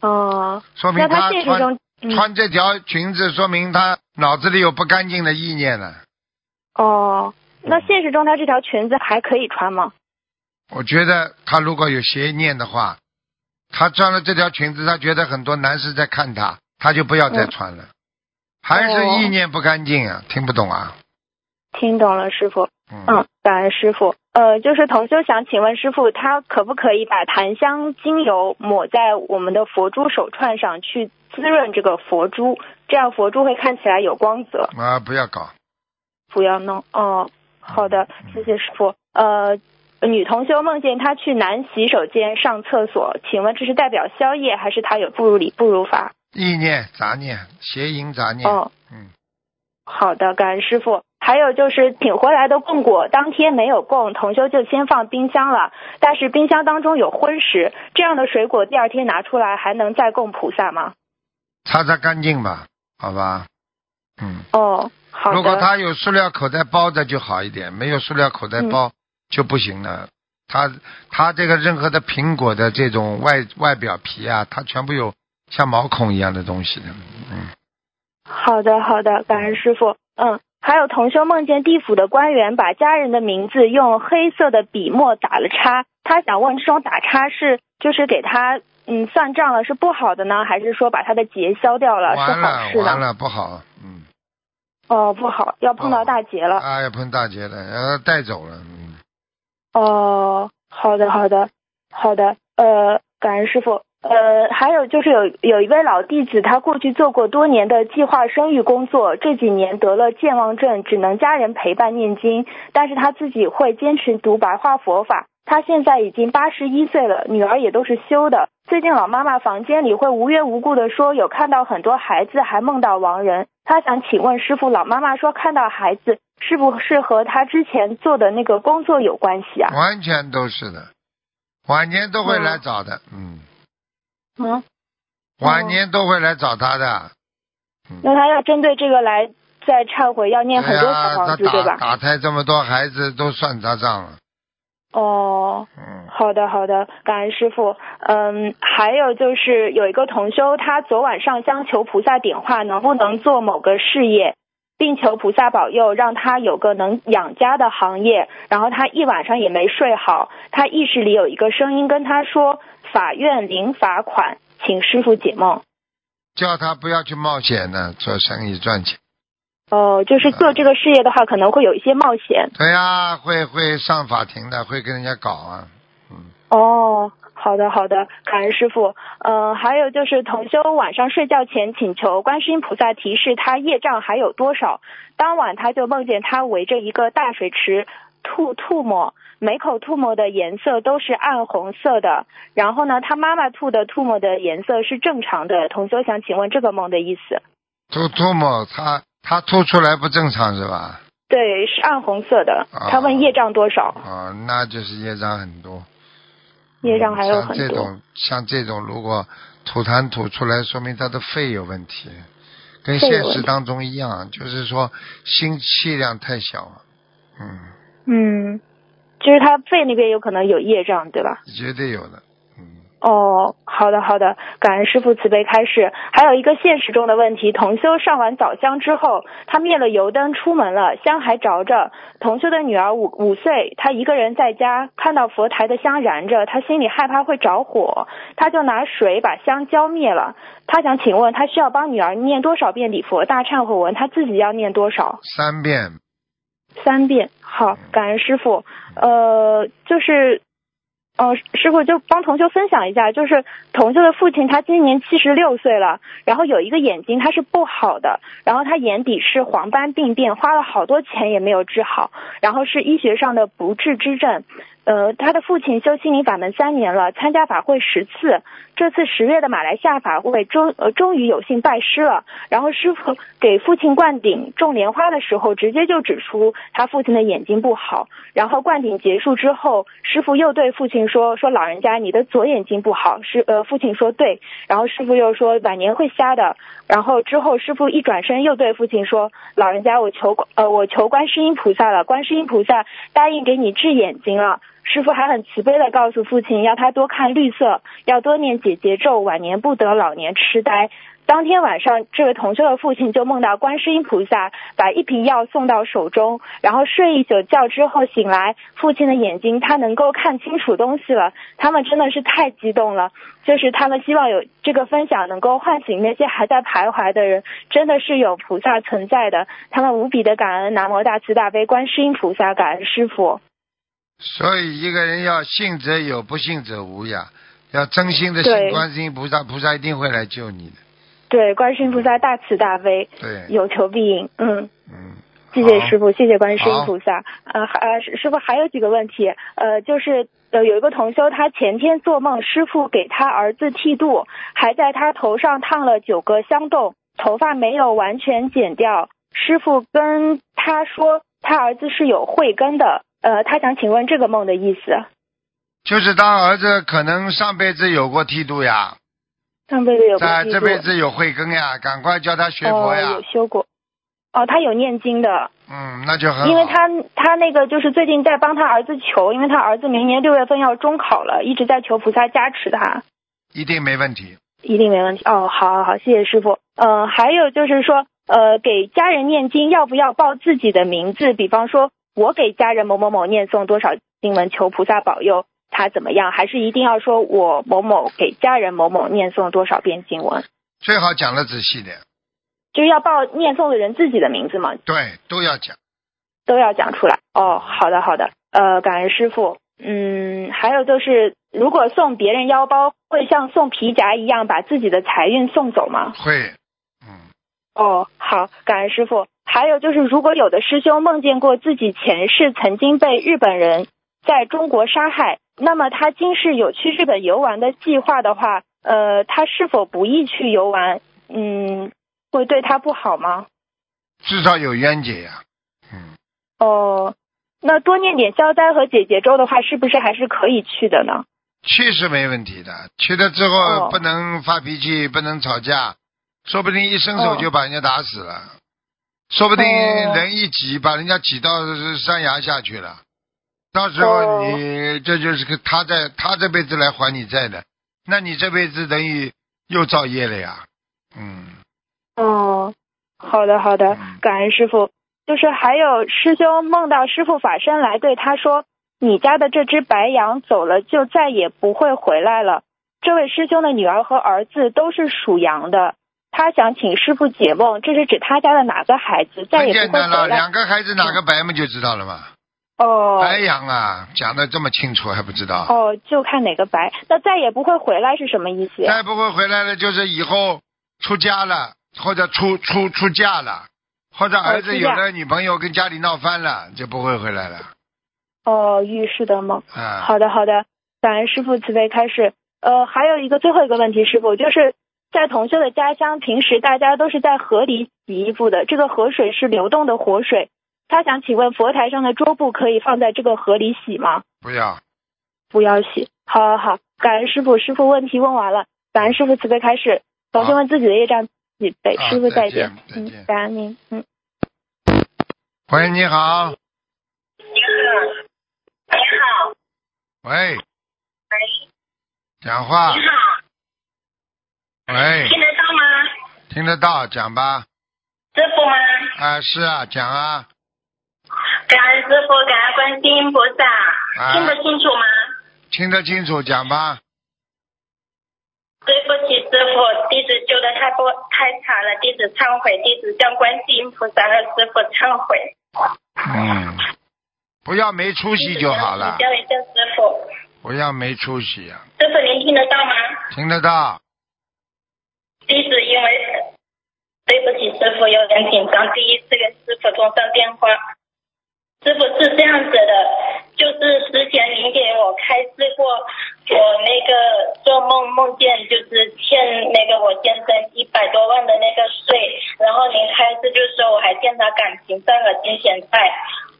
Speaker 5: 哦、
Speaker 2: 说明
Speaker 5: 那他现实
Speaker 2: 穿
Speaker 5: 中，嗯，
Speaker 2: 穿这条裙子，说明他脑子里有不干净的意念了。
Speaker 5: 哦，那现实中她这条裙子还可以穿吗？
Speaker 2: 我觉得她如果有邪念的话，她穿了这条裙子，她觉得很多男士在看她，她就不要再穿
Speaker 5: 嗯
Speaker 2: 了。还是意念不干净啊，听不懂啊？
Speaker 5: 听懂了，师傅。
Speaker 2: 嗯，
Speaker 5: 嗯，感恩师傅。呃，就是同修想请问师傅，他可不可以把檀香精油抹在我们的佛珠手串上去滋润这个佛珠，这样佛珠会看起来有光泽。
Speaker 2: 啊，不要搞。
Speaker 5: 不要弄哦，好的，谢谢师傅。呃，女同修梦见她去男洗手间上厕所，请问这是代表宵夜，还是她有不如理不如法？
Speaker 2: 意念、杂念、邪淫、杂念。
Speaker 5: 哦，
Speaker 2: 嗯，
Speaker 5: 好的，感恩师傅。还有就是请回来的供果，当天没有供，同修就先放冰箱了。但是冰箱当中有荤食，这样的水果第二天拿出来还能再供菩萨吗？
Speaker 2: 擦擦干净吧，好吧。嗯，
Speaker 5: 哦，好的。
Speaker 2: 如果他有塑料口袋包的就好一点，没有塑料口
Speaker 5: 嗯
Speaker 2: 袋包就不行了。他他这个任何的苹果的这种外外表皮啊，它全部有像毛孔一样的东西的。嗯，
Speaker 5: 好的，好的，感恩师傅。嗯，还有同修梦见地府的官员把家人的名字用黑色的笔墨打了叉，他想问这种打叉是就是给他嗯算账了是不好的呢，还是说把他的劫消掉了是
Speaker 2: 完
Speaker 5: 好
Speaker 2: 了
Speaker 5: 事
Speaker 2: 完
Speaker 5: 呢？
Speaker 2: 了，不好。嗯，
Speaker 5: 哦，不好，要碰到大劫了。
Speaker 2: 哎呀，碰大劫了，呃，带走了。嗯，
Speaker 5: 哦，好的，好的，好的，呃，感恩师傅。呃，还有就是有有一位老弟子，他过去做过多年的计划生育工作，这几年得了健忘症，只能家人陪伴念经，但是他自己会坚持读白话佛法。他现在已经八十一岁了，女儿也都是修的。最近老妈妈房间里会无缘无故的说有看到很多孩子还梦到亡人，他想请问师傅，老妈妈说看到孩子是不是和他之前做的那个工作有关系啊？
Speaker 2: 完全都是的，晚年都会来
Speaker 5: 嗯
Speaker 2: 找的。嗯，
Speaker 5: 嗯，
Speaker 2: 晚年都会来找他的。嗯。
Speaker 5: 那他要针对这个来再忏悔，要念
Speaker 2: 对
Speaker 5: 很
Speaker 2: 哎呀，
Speaker 5: 多小
Speaker 2: 他
Speaker 5: 房子，
Speaker 2: 打
Speaker 5: 对吧？
Speaker 2: 打胎这么多孩子都算他账了，
Speaker 5: 哦，
Speaker 2: 嗯，
Speaker 5: 好的，好的，感恩师傅。嗯，还有就是有一个同修，他昨晚上香求菩萨点化，能不能做某个事业，并求菩萨保佑，让他有个能养家的行业。然后他一晚上也没睡好，他意识里有一个声音跟他说：“法院领罚款，请师傅解梦。
Speaker 2: 叫他不要去冒险呢，做生意赚钱。”
Speaker 5: 哦，就是做这个事业的话，可能会有一些冒险。
Speaker 2: 对呀、会会上法庭的，会跟人家搞啊，嗯，
Speaker 5: 哦，好的好的，感恩师傅。呃，还有就是同修晚上睡觉前请求观世音菩萨提示他业障还有多少。当晚他就梦见他围着一个大水池吐吐沫，每口吐沫的颜色都是暗红色的。然后呢，他妈妈吐的吐沫的颜色是正常的。同修想请问这个梦的意思？
Speaker 2: 吐吐沫，他他吐出来不正常是吧？
Speaker 5: 对，是暗红色的。嗯他问业障多少？
Speaker 2: 啊、那就是业障很多，嗯
Speaker 5: 业障还有
Speaker 2: 像
Speaker 5: 很
Speaker 2: 这
Speaker 5: 多。
Speaker 2: 种像这种，如果吐痰吐出来，说明他的肺有问题，跟
Speaker 5: 肺有
Speaker 2: 现
Speaker 5: 问
Speaker 2: 实
Speaker 5: 题
Speaker 2: 当中一样，就是说心气量太小了，嗯，
Speaker 5: 嗯，就是他肺那边有可能有业障，对吧？
Speaker 2: 绝对有的，嗯。
Speaker 5: 哦，好的好的，感恩师傅慈悲开示。还有一个现实中的问题，同修上完早香之后，他灭了油灯出门了，香还着着。同修的女儿五五岁，她一个人在家，看到佛台的香燃着，她心里害怕会着火，她就拿水把香浇灭了。她想请问，她需要帮女儿念多少遍礼佛大忏悔文？她自己要念多少？
Speaker 2: 三遍，
Speaker 5: 三遍。好，感恩师傅。呃，就是，呃，师傅就帮同修分享一下，就是同修的父亲他今年七十六岁了，然后有一个眼睛他是不好的，然后他眼底是黄斑病变，花了好多钱也没有治好，然后是医学上的不治之症。呃，他的父亲修心灵法门三年了，参加法会十次，这次十月的马来西亚法会终呃终于有幸拜师了。然后师傅给父亲灌顶种莲花的时候，直接就指出他父亲的眼睛不好。然后灌顶结束之后，师傅又对父亲说：“说老人家，你的左眼睛不好。”师呃，父亲说对。然后师傅又说晚年会瞎的。然后之后师傅一转身又对父亲说：“老人家，我求呃我求观世音菩萨了，观世音菩萨答应给你治眼睛了。”师傅还很慈悲的告诉父亲，要他多看绿色，要多念解结咒，晚年不得老年痴呆。当天晚上，这位同修的父亲就梦到观世音菩萨把一瓶药送到手中，然后睡一宿觉之后醒来，父亲的眼睛他能够看清楚东西了。他们真的是太激动了，就是他们希望有这个分享能够唤醒那些还在徘徊的人，真的是有菩萨存在的，他们无比的感恩南无大慈大悲观世音菩萨，感恩师傅。
Speaker 2: 所以一个人要信者有，不信者无呀。要真心的信
Speaker 5: 对
Speaker 2: 观世音菩萨，菩萨一定会来救你的。
Speaker 5: 对，观世音菩萨大慈大悲，
Speaker 2: 对，
Speaker 5: 有求必应。嗯，
Speaker 2: 嗯，
Speaker 5: 谢谢
Speaker 2: 好
Speaker 5: 师傅，谢谢观世音
Speaker 2: 好
Speaker 5: 菩萨。呃还呃，师师傅还有几个问题，呃，就是呃有一个同修，他前天做梦，师傅给他儿子剃度，还在他头上烫了九个香洞，头发没有完全剪掉。师傅跟他说，他儿子是有慧根的。呃，他想请问这个梦的意思。
Speaker 2: 就是他儿子可能上辈子有过剃度呀，
Speaker 5: 上辈子有个
Speaker 2: 在
Speaker 5: 剃
Speaker 2: 这
Speaker 5: 度
Speaker 2: 辈子有慧根呀，赶快教他学佛
Speaker 5: 哦，
Speaker 2: 呀
Speaker 5: 有。修过。哦，他有念经的。
Speaker 2: 嗯，那就很好。
Speaker 5: 因为他他那个就是最近在帮他儿子求，因为他儿子明年六月份要中考了，一直在求菩萨加持他，
Speaker 2: 一定没问题。
Speaker 5: 一定没问题。哦，好好好，谢谢师傅。呃，还有就是说，呃，给家人念经要不要报自己的名字？比方说，我给家人某某某念诵多少经文，求菩萨保佑他怎么样？还是一定要说我某某给家人某某念诵多少遍经文？
Speaker 2: 最好讲的仔细点，
Speaker 5: 就是要报念诵的人自己的名字嘛，
Speaker 2: 对，都要讲。
Speaker 5: 都要讲出来。哦，好的好的，呃，感恩师傅。嗯，还有就是，如果送别人腰包，会像送皮夹一样把自己的财运送走吗？
Speaker 2: 会，嗯，
Speaker 5: 哦，好，感恩师傅。还有就是，如果有的师兄梦见过自己前世曾经被日本人在中国杀害，那么他今世有去日本游玩的计划的话，呃，他是否不宜去游玩？嗯，会对他不好吗？
Speaker 2: 至少有冤结呀。嗯，
Speaker 5: 哦，那多念点消灾和解结咒的话，是不是还是可以去的呢？
Speaker 2: 去是没问题的，去了之后
Speaker 5: 哦
Speaker 2: 不能发脾气，不能吵架，说不定一伸手
Speaker 5: 哦
Speaker 2: 就把人家打死了，说不定
Speaker 5: 哦
Speaker 2: 人一挤把人家挤到山崖下去了。到时候
Speaker 5: 哦
Speaker 2: 你、这就是个他在他这辈子来还你债的，那你这辈子等于又造业了呀。嗯，
Speaker 5: 哦，好的好的
Speaker 2: 嗯，
Speaker 5: 感恩师傅。就是还有师兄梦到师傅法身来对他说：“你家的这只白羊走了，就再也不会回来了。”这位师兄的女儿和儿子都是属羊的，他想请师傅解梦，这是指他家的哪个孩子再
Speaker 2: 很
Speaker 5: 也
Speaker 2: 简
Speaker 5: 不会
Speaker 2: 单了，
Speaker 5: 回来？
Speaker 2: 两个孩子哪个白嘛就知道了嘛。
Speaker 5: 哦
Speaker 2: 白羊啊，讲的这么清楚还不知道？
Speaker 5: 哦，就看哪个白，那再也不会回来是什么意思呀？
Speaker 2: 再不会回来了，就是以后出家了，或者出出出嫁了，或者儿子有了女朋友跟家里闹翻了，就不会回来了
Speaker 5: 哦，预示的梦。
Speaker 2: 啊。
Speaker 5: 好的，好的，感恩师傅慈悲开示。呃，还有一个最后一个问题，师傅就是在同修的家乡，平时大家都是在河里洗衣服的，这个河水是流动的活水。他想请问佛台上的桌布可以放在这个河里洗吗？
Speaker 2: 不要，
Speaker 5: 不要洗。好好好，感恩师傅，师傅问题问完了，感恩师傅慈悲开示。同学们自己的业障自己背，
Speaker 2: 啊
Speaker 5: 师傅
Speaker 2: 再
Speaker 5: 见
Speaker 2: 见。再
Speaker 5: 嗯
Speaker 2: 见，
Speaker 5: 感恩您，嗯。
Speaker 2: 喂，你好，
Speaker 6: 你好，
Speaker 2: 喂，
Speaker 6: 喂，
Speaker 2: 讲话，
Speaker 6: 你好，
Speaker 2: 喂，
Speaker 6: 听得到吗？
Speaker 2: 听得到，讲吧。
Speaker 6: 师傅吗？
Speaker 2: 啊，是啊，讲啊，
Speaker 6: 感恩师傅，感恩观世音菩萨，
Speaker 2: 啊
Speaker 6: 听得清楚吗？
Speaker 2: 听得清楚，讲吧。
Speaker 6: 对不起，师傅，弟子修的太不太差了，弟子忏悔，弟子向观世音菩萨和师傅忏悔。
Speaker 2: 嗯，不要没出息就好了
Speaker 6: 弟，子想请教一下师傅，
Speaker 2: 不要没出息啊，
Speaker 6: 师傅您听得到吗？
Speaker 2: 听得到。
Speaker 6: 弟子因为对不起师傅有点紧张，第一次跟师傅通上电话。师傅是这样子的，就是之前您给我开示过，我那个做梦梦见就是欠那个我先生一百多万的那个税，然后您开示就说我还欠他感情上的金钱债，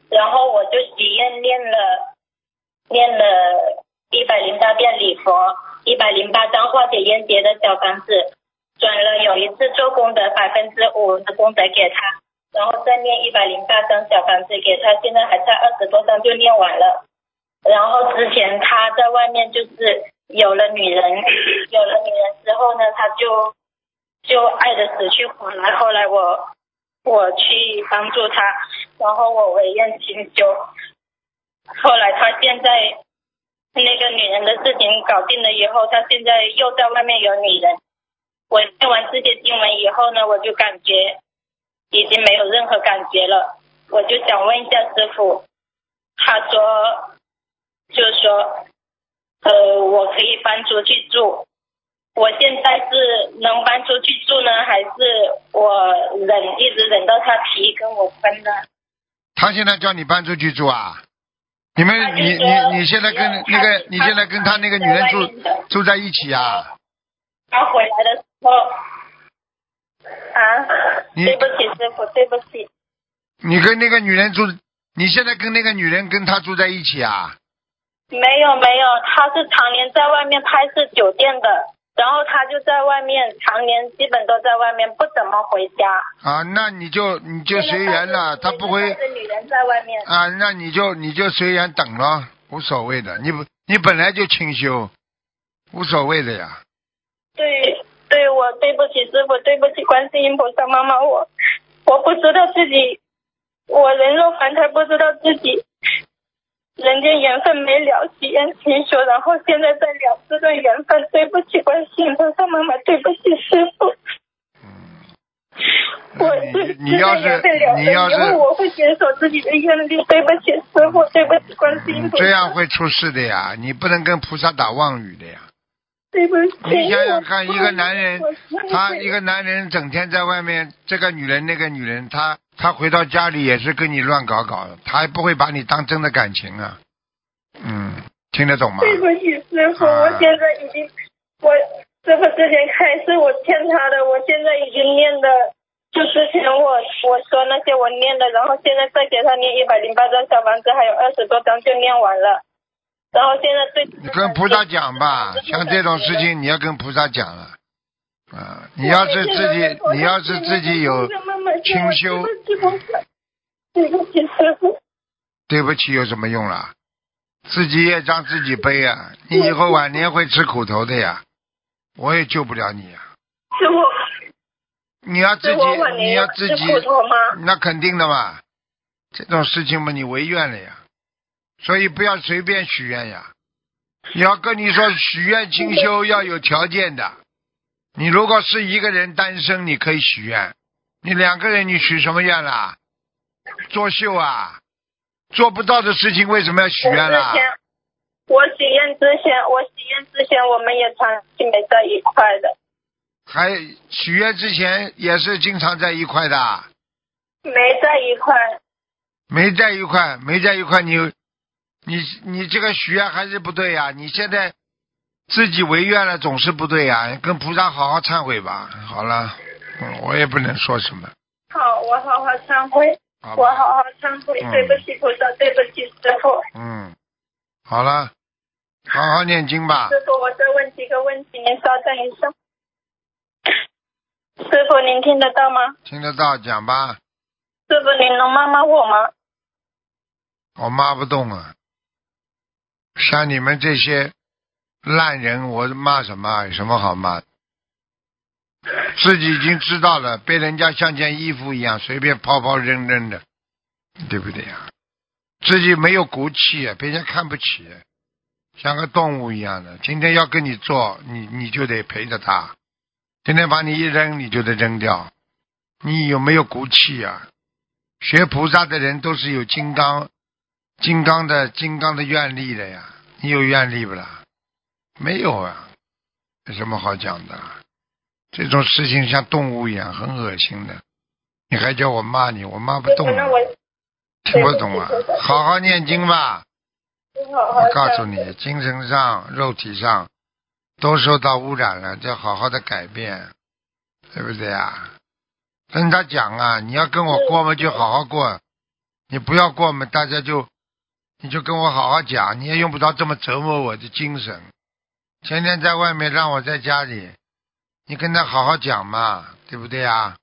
Speaker 6: 然后我就许愿念了念了一百零八遍礼佛，一百零八张化解冤结的小房子，转了有一次做功德百分之五的功德给他，然后再念一百零八张小房子给他，现在还差二十多张就念完了。然后之前他在外面就是有了女人，有了女人之后呢，他就就爱的死去活来。后来我我去帮助他，然后我委任清修。后来他现在那个女人的事情搞定了以后，他现在又在外面有女人。我念完这些经文以后呢，我就感觉已经没有任何感觉了。我就想问一下师傅，他说就是说，呃，我可以搬出去住。我现在是能搬出去住呢，还是我忍一直忍到他提跟我分呢？
Speaker 2: 他现在叫你搬出去住啊？你
Speaker 6: 他
Speaker 2: 们，
Speaker 6: 就
Speaker 2: 你
Speaker 6: 说
Speaker 2: 你你现在跟那个，你现在跟他那个女人住住在一起啊？
Speaker 6: 他回来的时候，啊，
Speaker 2: 你
Speaker 6: 对不起师傅，对不起，
Speaker 2: 你跟那个女人住，你现在跟那个女人跟他住在一起啊？
Speaker 6: 没有没有，他是常年在外面拍摄酒店的，然后他就在外面常年基本都在外面，不怎么回家。
Speaker 2: 啊，那你就你就随缘了，他不会
Speaker 6: 是女人在外面。
Speaker 2: 啊，那你就你就随缘等咯，无所谓的。你不你本来就清修，无所谓的呀。
Speaker 6: 对，对我对不起师傅，对不起观世音菩萨妈妈，我我不知道自己，我人肉凡胎不知道自己，人间缘分没了，许愿清修，然后现在在了这段缘分，对不起观世音菩萨妈妈，对不起师傅。我
Speaker 2: 嗯你你要是你要是
Speaker 6: 因为我会坚守自己的愿力，对不起师傅，对不起观世音菩
Speaker 2: 嗯
Speaker 6: 萨，
Speaker 2: 这样会出事的呀，你不能跟菩萨打妄语的呀。
Speaker 6: 对不起。
Speaker 2: 你想想看，
Speaker 6: 我
Speaker 2: 一个男人
Speaker 6: 我真，的
Speaker 2: 他
Speaker 6: 是
Speaker 2: 一个男人整天在外面，这个女人那个女人，他他回到家里也是跟你乱搞搞，他还不会把你当真的感情啊。嗯，听得懂吗？
Speaker 6: 对不起，师傅，
Speaker 2: 啊
Speaker 6: 我现在已经，我师傅之前开是我欠他的，我现在已经念的，就之前我我说那些我念的，然后现在再给他念一百零八张小房子，还有二十多张就念完了，然后现在对
Speaker 2: 你跟菩萨讲吧，像这种事，情你要跟菩萨讲了。啊，你要是自己，你要是自己有清修，
Speaker 6: 对不起，师傅，
Speaker 2: 对不起有什么用啦？自己业障自己背啊，你以后晚年会吃苦头的呀，我也救不了你呀、
Speaker 6: 师傅，
Speaker 2: 你要自
Speaker 6: 师傅晚
Speaker 2: 己，你
Speaker 6: 年
Speaker 2: 要
Speaker 6: 要
Speaker 2: 自
Speaker 6: 吃
Speaker 2: 己，
Speaker 6: 苦头吗？
Speaker 2: 那肯定的嘛，这种事情嘛，你违愿了呀，所以不要随便许愿呀。你要跟你说许愿清修要有条件的，你如果是一个人单身，你可以许愿；你两个人，你许什么愿啦？作秀啊！做不到的事情为什么要许愿啦
Speaker 6: 我之？前我许愿之前，我许愿之前，我们也长期没在一块的，
Speaker 2: 还许愿之前也是经常在一块的啊，
Speaker 6: 没在一块。
Speaker 2: 没在一块，没在一块，你你你这个许愿还是不对呀、你现在自己违愿了，总是不对呀、跟菩萨好好忏悔吧。好了，嗯，我也不能说什么，
Speaker 6: 好，我好好忏悔，
Speaker 2: 好
Speaker 6: 我
Speaker 2: 吧？
Speaker 6: 好好忏悔，
Speaker 2: 嗯
Speaker 6: 对不起菩萨，对不起师傅，
Speaker 2: 嗯，好了，好好念经吧。
Speaker 6: 师傅，我再问几个问题，您稍等一下。师傅，您听得到吗？
Speaker 2: 听得到讲吧，
Speaker 6: 师傅，您能骂骂我吗？
Speaker 2: 我骂不动啊。像你们这些烂人，我骂什么啊？有什么好骂的？自己已经知道了，被人家像件衣服一样随便抛抛扔扔的，对不对呀、自己没有骨气啊，别人看不起，像个动物一样的。今天要跟你做，你你就得陪着他；今天把你一扔，你就得扔掉。你有没有骨气啊？学菩萨的人都是有金刚金刚的金刚的愿力的呀，你有愿力不啦？没有啊，有什么好讲的啊？这种事情像动物一样，很恶心的。你还叫我骂你，我骂不
Speaker 6: 师
Speaker 2: 动
Speaker 6: 傅，
Speaker 2: 啊
Speaker 6: 那，我
Speaker 2: 听不懂啊！好好念经吧，
Speaker 6: 好好
Speaker 2: 我告
Speaker 6: 忏
Speaker 2: 诉你，精神上、肉体上都受到污染了，就好好的改变，对不对啊？跟他讲啊，你要跟我过嘛，就好好过；你不要过嘛，大家就你就跟我好好讲，你也用不着这么折磨我的精神。天天在外面，让我在家里，你跟他好好讲嘛，对不对啊？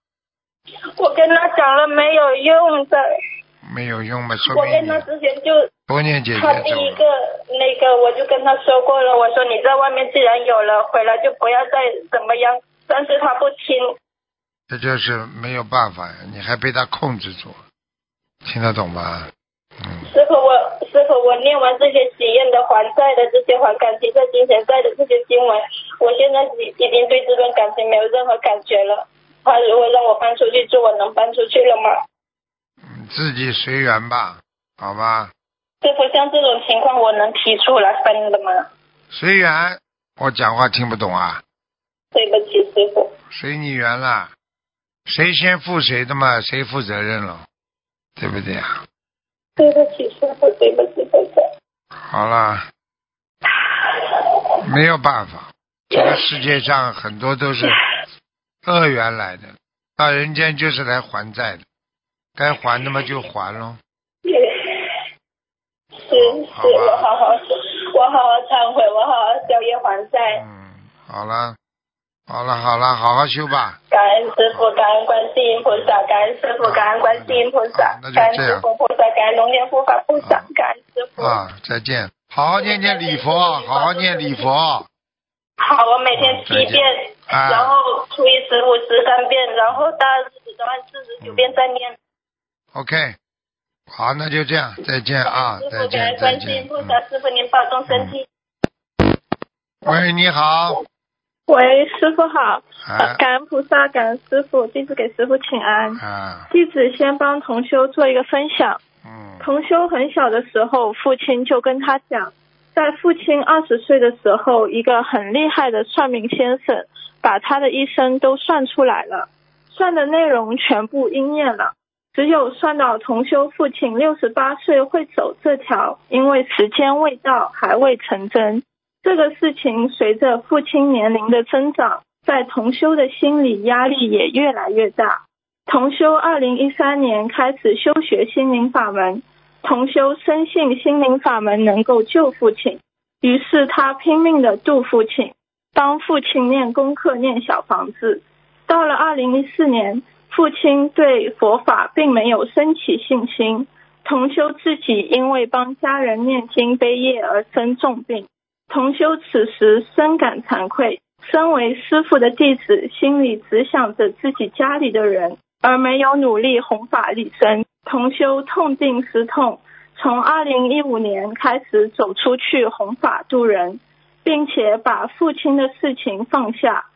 Speaker 6: 我跟他讲了没有用的，
Speaker 2: 没有用嘛，说
Speaker 6: 我
Speaker 2: 明
Speaker 6: 跟他
Speaker 2: 你
Speaker 6: 之前就
Speaker 2: 多念姐姐
Speaker 6: 他第
Speaker 2: 咒
Speaker 6: 一
Speaker 2: 了
Speaker 6: 个。那个，我就跟他说过了，我说你在外面既然有了，回来就不要再怎么样，
Speaker 7: 但是他不听。
Speaker 2: 这就是没有办法呀，你还被他控制住，听得懂吗？嗯，
Speaker 7: 师傅，我师傅，我念完这些许愿的、还债的这些还感情债、金钱债的这些经文，我现在已已经对这段感情没有任何感觉了。他如果让我搬出去住，我能搬出去了吗？
Speaker 2: 你自己随缘吧，好吧，
Speaker 7: 师傅，像这种情况，我能提出来分的吗？
Speaker 2: 随缘。我讲话听不懂啊，
Speaker 7: 对不起，师傅。
Speaker 2: 随你缘啦，谁先负谁的嘛，谁负责任了，对不对啊？
Speaker 7: 对不起，师傅，对不起，对不起。
Speaker 2: 好啦，没有办法，这个世界上很多都是恶缘来的，到人间就是来还债的，该还的嘛就还喽。
Speaker 7: 是是，我好好，我好好忏悔，我好好宵夜还债。
Speaker 2: 嗯，好了，好了，好了，好好修吧。
Speaker 7: 感恩师傅，感恩观世音菩萨，感恩师傅，感恩观世音菩萨
Speaker 2: 啊那，就这
Speaker 7: 感
Speaker 2: 样
Speaker 7: 恩师傅菩萨，感恩龙天护法菩萨，感恩师傅。
Speaker 2: 啊，再见，好好念念礼佛，好好念礼佛。
Speaker 7: 好，我每天七
Speaker 2: 再见
Speaker 7: 遍，
Speaker 2: 啊
Speaker 7: 然后初一十五十三遍，然后大日的话四十九遍再念。
Speaker 2: OK，好，那就这样，再见啊，
Speaker 7: 师
Speaker 2: 再
Speaker 7: 傅，感
Speaker 2: 见
Speaker 7: 恩，
Speaker 2: 再
Speaker 7: 观世音
Speaker 2: 见。
Speaker 7: 菩
Speaker 2: 嗯
Speaker 7: 萨，师傅您保重身体。
Speaker 2: 喂，你好，
Speaker 6: 喂，师傅好，呃
Speaker 2: 啊
Speaker 6: 感恩菩萨，感恩师傅，弟子给师傅请安。
Speaker 2: 啊，
Speaker 6: 弟子先帮同修做一个分享。
Speaker 2: 嗯，
Speaker 6: 同修很小的时候，父亲就跟他讲，在父亲二十岁的时候，一个很厉害的算命先生把他的一生都算出来了，算的内容全部应验了。只有算到同修父亲六十八岁会走这条，因为时间未到，还未成真。这个事情随着父亲年龄的增长，在同修的心理压力也越来越大。同修二零一三年开始修学心灵法门，同修深信心灵法门能够救父亲，于是他拼命的度父亲，帮父亲念功课、念小房子。到了二零一四年，父亲对佛法并没有升起信心，同修自己因为帮家人念经背业而生重病。同修此时深感惭愧，身为师傅的弟子，心里只想着自己家里的人，而没有努力弘法利生。同修痛定思痛，从二零一五年开始走出去弘法度人，并且把父亲的事情放下，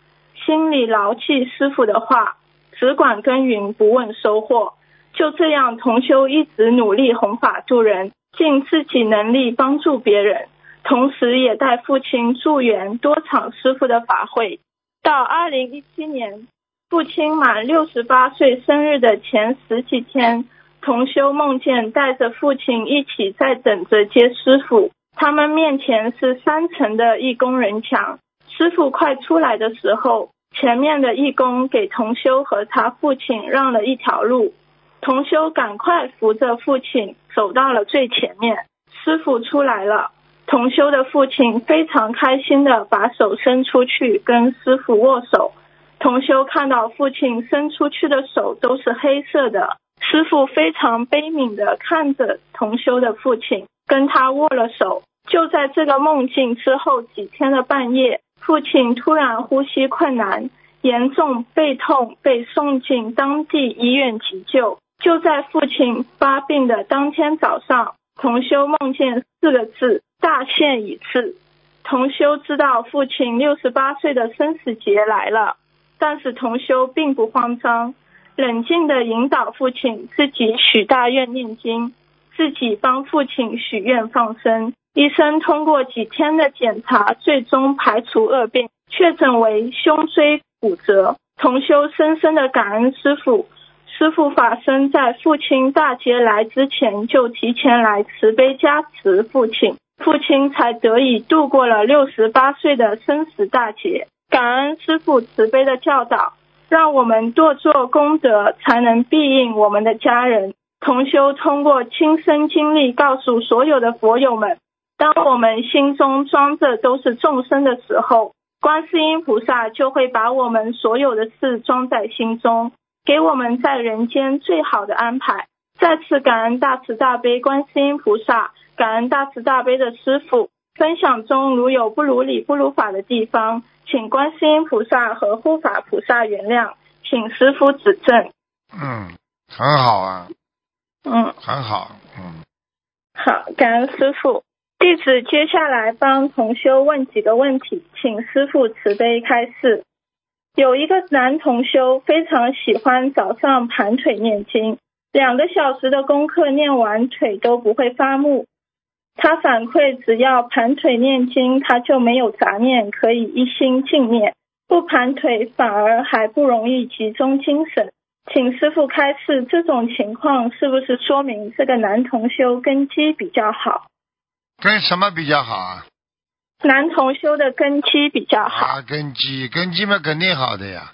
Speaker 6: 心里牢记师傅的话，只管耕耘，不问收获。就这样，同修一直努力弘法度人，尽自己能力帮助别人。同时也带父亲助缘多场师傅的法会。到二零一七年，父亲满六十八岁生日的前十几天，同修梦见带着父亲一起在等着接师傅，他们面前是三层的义工人墙。师傅快出来的时候，前面的义工给同修和他父亲让了一条路，同修赶快扶着父亲走到了最前面。师傅出来了，同修的父亲非常开心的把手伸出去跟师傅握手。同修看到父亲伸出去的手都是黑色的，师傅非常悲悯的看着同修的父亲，跟他握了手。就在这个梦境之后几天的半夜，父亲突然呼吸困难，严重背痛，被送进当地医院急救。就在父亲发病的当天早上，同修梦见四个字“大限已至”。同修知道父亲六十八岁的生死劫来了，但是同修并不慌张，冷静地引导父亲自己许大愿念经，自己帮父亲许愿放生。医生通过几天的检查，最终排除恶病，确诊为胸椎骨折。同修深深的感恩师傅，师傅法身在父亲大劫来之前就提前来慈悲加持父亲，父亲才得以度过了六十八岁的生死大劫。感恩师傅慈悲的教导，让我们多做功德，才能庇应我们的家人。同修通过亲身经历告诉所有的佛友们，当我们心中装着都是众生的时候，观世音菩萨就会把我们所有的事装在心中，给我们在人间最好的安排。再次感恩大慈大悲观世音菩萨，感恩大慈大悲的师父，分享中如有不如理、不如法的地方，请观世音菩萨和护法菩萨原谅，请师父指正。
Speaker 2: 嗯，很好啊，
Speaker 6: 嗯，
Speaker 2: 很好，嗯，
Speaker 6: 好，感恩师父。弟子接下来帮同修问几个问题，请师父慈悲开示。有一个男同修非常喜欢早上盘腿念经，两个小时的功课念完腿都不会发木。他反馈，只要盘腿念经，他就没有杂念，可以一心静念；不盘腿反而还不容易集中精神。请师傅开示，这种情况是不是说明这个男同修根基比较好？
Speaker 2: 跟什么比较好啊？
Speaker 6: 男同修的根基比较好。
Speaker 2: 啊，根基，根基嘛肯定好的呀，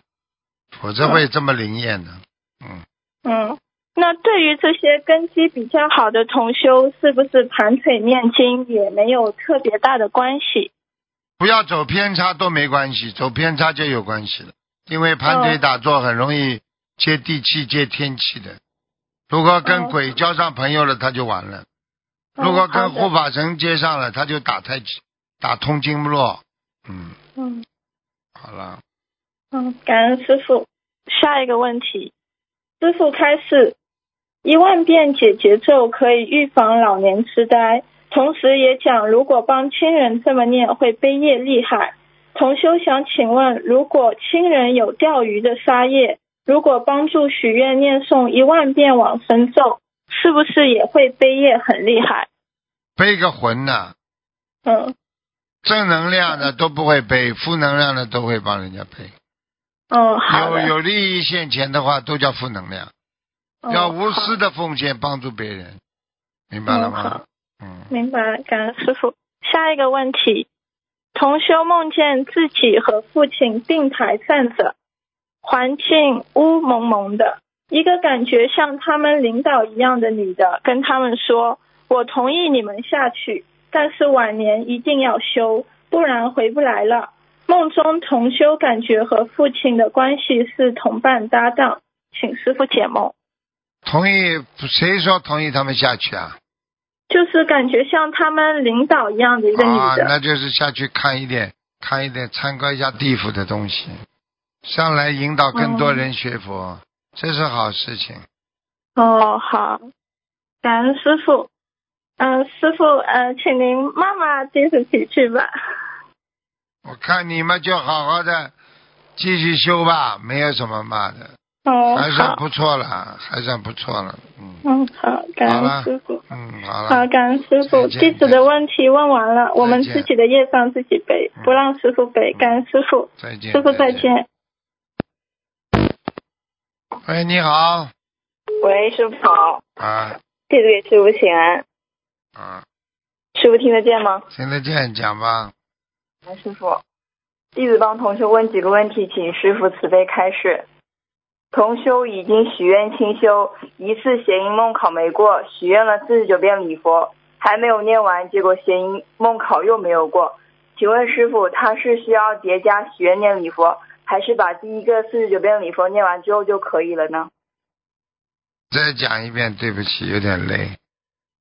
Speaker 2: 否则会这么灵验的。嗯，
Speaker 6: 嗯，那对于这些根基比较好的同修，是不是盘腿念经也没有特别大的关系？
Speaker 2: 不要走偏差都没关系，走偏差就有关系了，因为盘腿
Speaker 6: 嗯
Speaker 2: 打坐很容易接地气、接天气的。如果跟
Speaker 6: 嗯
Speaker 2: 鬼交上朋友了，他就完了；
Speaker 6: 嗯
Speaker 2: 如果跟
Speaker 6: 好的
Speaker 2: 护法神接上了，他就打太极、打通经络。嗯，
Speaker 6: 嗯
Speaker 2: 好了，
Speaker 6: 嗯，感恩师傅。下一个问题，师傅开示：一万遍解结咒可以预防老年痴呆，同时也讲如果帮亲人这么念会悲业厉害。同修想请问，如果亲人有钓鱼的杀业，如果帮助许愿念诵一万遍往生咒，是不是也会悲业很厉害？
Speaker 2: 背个魂呐、
Speaker 6: 嗯
Speaker 2: 正能量的都不会背，负能量的都会帮人家背。
Speaker 6: 嗯，好
Speaker 2: 有
Speaker 6: 的，
Speaker 2: 有利益现前的话，都叫负能量。
Speaker 6: 嗯
Speaker 2: 要无
Speaker 6: 好
Speaker 2: 私的奉献帮助别人，明白了
Speaker 6: 嗯好
Speaker 2: 吗？嗯，
Speaker 6: 明白，感恩师傅。下一个问题，同修梦见自己和父亲并排站着，环境乌蒙蒙的，一个感觉像他们领导一样的女的跟他们说：“我同意你们下去，但是晚年一定要修，不然回不来了。”梦中同修感觉和父亲的关系是同伴搭档，请师傅解梦。
Speaker 2: 同意谁说同意他们下去啊？
Speaker 6: 就是感觉像他们领导一样的一个女
Speaker 2: 啊，
Speaker 6: 的，
Speaker 2: 那就是下去看一点，看一点，参观一下地府的东西，上来引导更多人学佛，这是好事情。
Speaker 6: 哦，好，感恩师傅。嗯、师傅，呃，请您慢慢接着脾气吧。
Speaker 2: 我看你们就好好的继续修吧，没有什么嘛的，
Speaker 6: 哦，
Speaker 2: 还算
Speaker 6: 好，
Speaker 2: 不错了，还算不错了，嗯
Speaker 6: 嗯，好，感恩师傅。
Speaker 2: 嗯，好了，
Speaker 6: 好，感恩师
Speaker 2: 再
Speaker 6: 傅。
Speaker 2: 见
Speaker 6: 弟子的问题问完了，我们自己的业障自己背
Speaker 2: 嗯，
Speaker 6: 不让师傅背。感恩师傅，
Speaker 2: 再见，
Speaker 6: 师傅再。见。
Speaker 2: 喂，你好，
Speaker 5: 喂，师傅好，
Speaker 2: 啊
Speaker 5: 弟子给师傅请安，
Speaker 2: 啊，
Speaker 5: 师傅听得见吗？
Speaker 2: 听得见，讲吧。
Speaker 5: 师傅，弟子帮同修问几个问题，请师傅慈悲开示。同修已经许愿清修，一次谐音梦考没过，许愿了四十九遍礼佛，还没有念完，结果谐音梦考又没有过。请问师傅，他是需要叠加许愿念礼佛，还是把第一个四十九遍礼佛念完之后就可以了呢？
Speaker 2: 再讲一遍，对不起，有点累。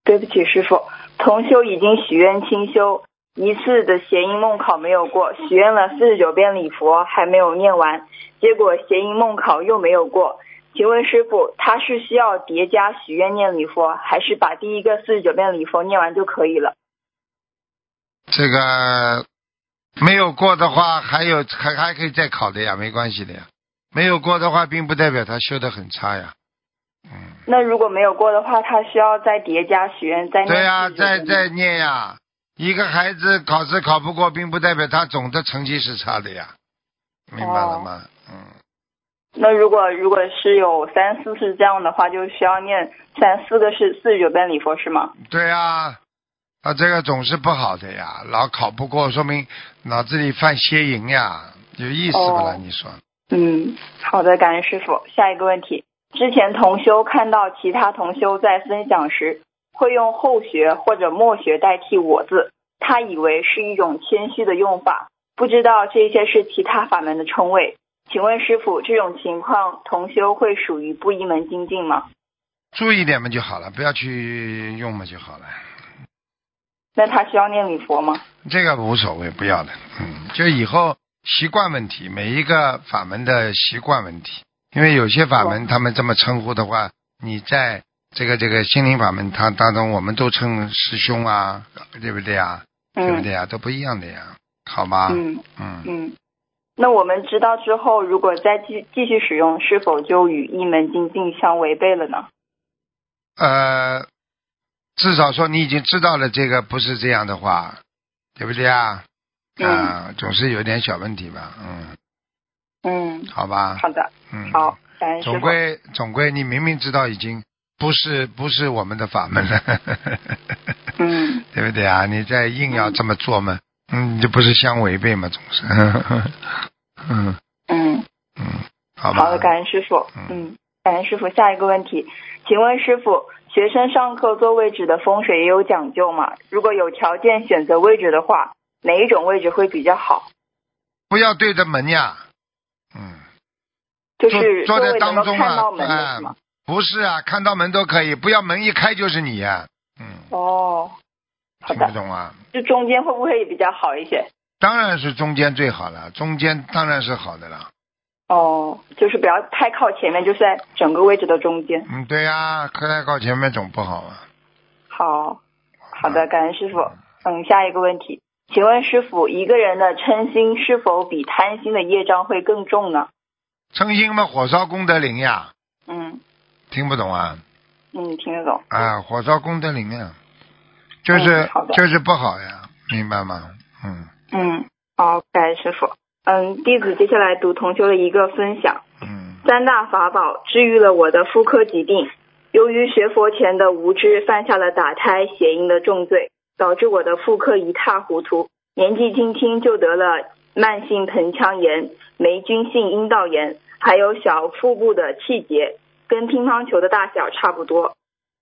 Speaker 5: 对不起，师傅，同修已经许愿清修，一次的谐音梦考没有过，许愿了四十九遍礼佛还没有念完，结果谐音梦考又没有过。请问师傅，他是需要叠加许愿念礼佛，还是把第一个四十九遍礼佛念完就可以了？
Speaker 2: 这个没有过的话，还有还还可以再考的呀，没关系的呀。没有过的话，并不代表他修得很差呀。嗯
Speaker 5: 那如果没有过的话，他需要再叠加许愿再念
Speaker 2: 对哎呀、
Speaker 5: 49
Speaker 2: 再
Speaker 5: 遍
Speaker 2: 再念呀。一个孩子考试考不过，并不代表他总的成绩是差的呀，明白了吗？嗯，
Speaker 5: 那如果如果是有三四次这样的话，就需要念三四个是四十九遍礼佛是吗？
Speaker 2: 对呀、他这个总是不好的呀，老考不过，说明脑子里犯邪淫呀，有意思不啦？
Speaker 5: 哦
Speaker 2: 你说，
Speaker 5: 嗯，好的，感恩师傅。下一个问题，之前同修看到其他同修在分享时会用后学或者末学代替我字，他以为是一种谦虚的用法，不知道这些是其他法门的称谓。请问师傅，这种情况同修会属于不一门精进吗？
Speaker 2: 注意点嘛就好了，不要去用嘛就好了。
Speaker 6: 那他需要念礼佛吗？
Speaker 2: 这个无所谓，不要的，嗯，就以后习惯问题，每一个法门的习惯问题，因为有些法门他们这么称呼的话，你在这个这个心灵法门它当中，我们都称师兄啊，对不对啊？对不
Speaker 6: 嗯
Speaker 2: 对啊？都不一样的呀，好吗？
Speaker 6: 嗯
Speaker 2: 嗯，
Speaker 6: 嗯。那我们知道之后，如果再继继续使用，是否就与一门精进相违背了呢？
Speaker 2: 呃，至少说你已经知道了这个不是这样的话，对不对啊？
Speaker 6: 嗯
Speaker 2: 啊，总是有点小问题吧，嗯，
Speaker 6: 嗯，
Speaker 2: 好吧，
Speaker 6: 好的，
Speaker 2: 嗯，
Speaker 6: 好，感恩师
Speaker 2: 总
Speaker 6: 傅。
Speaker 2: 归总归，你明明知道已经不是不是我们的法门了，
Speaker 6: 嗯，
Speaker 2: 对不对啊？你再硬要这么做嘛，嗯，这不是相违背嘛，总是， 嗯
Speaker 6: 嗯，
Speaker 2: 嗯，好吧。
Speaker 6: 好的，感恩师傅。
Speaker 2: 嗯
Speaker 6: 嗯，感恩师傅。下一个问题，请问师傅，学生上课坐位置的风水也有讲究吗？如果有条件选择位置的话，哪一种位置会比较好？
Speaker 2: 不要对着门呀，嗯，
Speaker 6: 就是
Speaker 2: 坐坐在
Speaker 6: 座位能
Speaker 2: 当
Speaker 6: 够
Speaker 2: 中
Speaker 6: 看
Speaker 2: 啊
Speaker 6: 到，门的
Speaker 2: 哎
Speaker 6: 是吗？
Speaker 2: 不是啊，看到门都可以，不要门一开就是你呀、嗯，
Speaker 6: 哦，好
Speaker 2: 听不
Speaker 6: 的，
Speaker 2: 懂啊？
Speaker 6: 就中间会不会比较好一些？
Speaker 2: 当然是中间最好了，中间当然是好的了。
Speaker 6: 哦，就是不要太靠前面，就是在整个位置的中间。
Speaker 2: 嗯，对呀、靠太靠前面总不好啊。
Speaker 6: 好，好的，感恩师傅。嗯，下一个问题，请问师傅，一个人的嗔心是否比贪心的业障会更重呢？
Speaker 2: 称心嘛，火烧功德林呀，
Speaker 6: 嗯
Speaker 2: 听不懂啊？
Speaker 6: 嗯，听得懂。
Speaker 2: 啊，火烧功德林啊，就是
Speaker 6: 嗯、好的
Speaker 2: 就是不好呀，明白吗？嗯
Speaker 6: 嗯，好，感恩师傅。嗯，弟子接下来读同修的一个分享。
Speaker 2: 嗯
Speaker 6: 三大法宝治愈了我的妇科疾病。由于学佛前的无知，犯下了打胎、邪淫的重罪，导致我的妇科一塌糊涂。年纪轻轻就得了慢性盆腔炎、霉菌性阴道炎，还有小腹部的气结，跟乒乓球的大小差不多。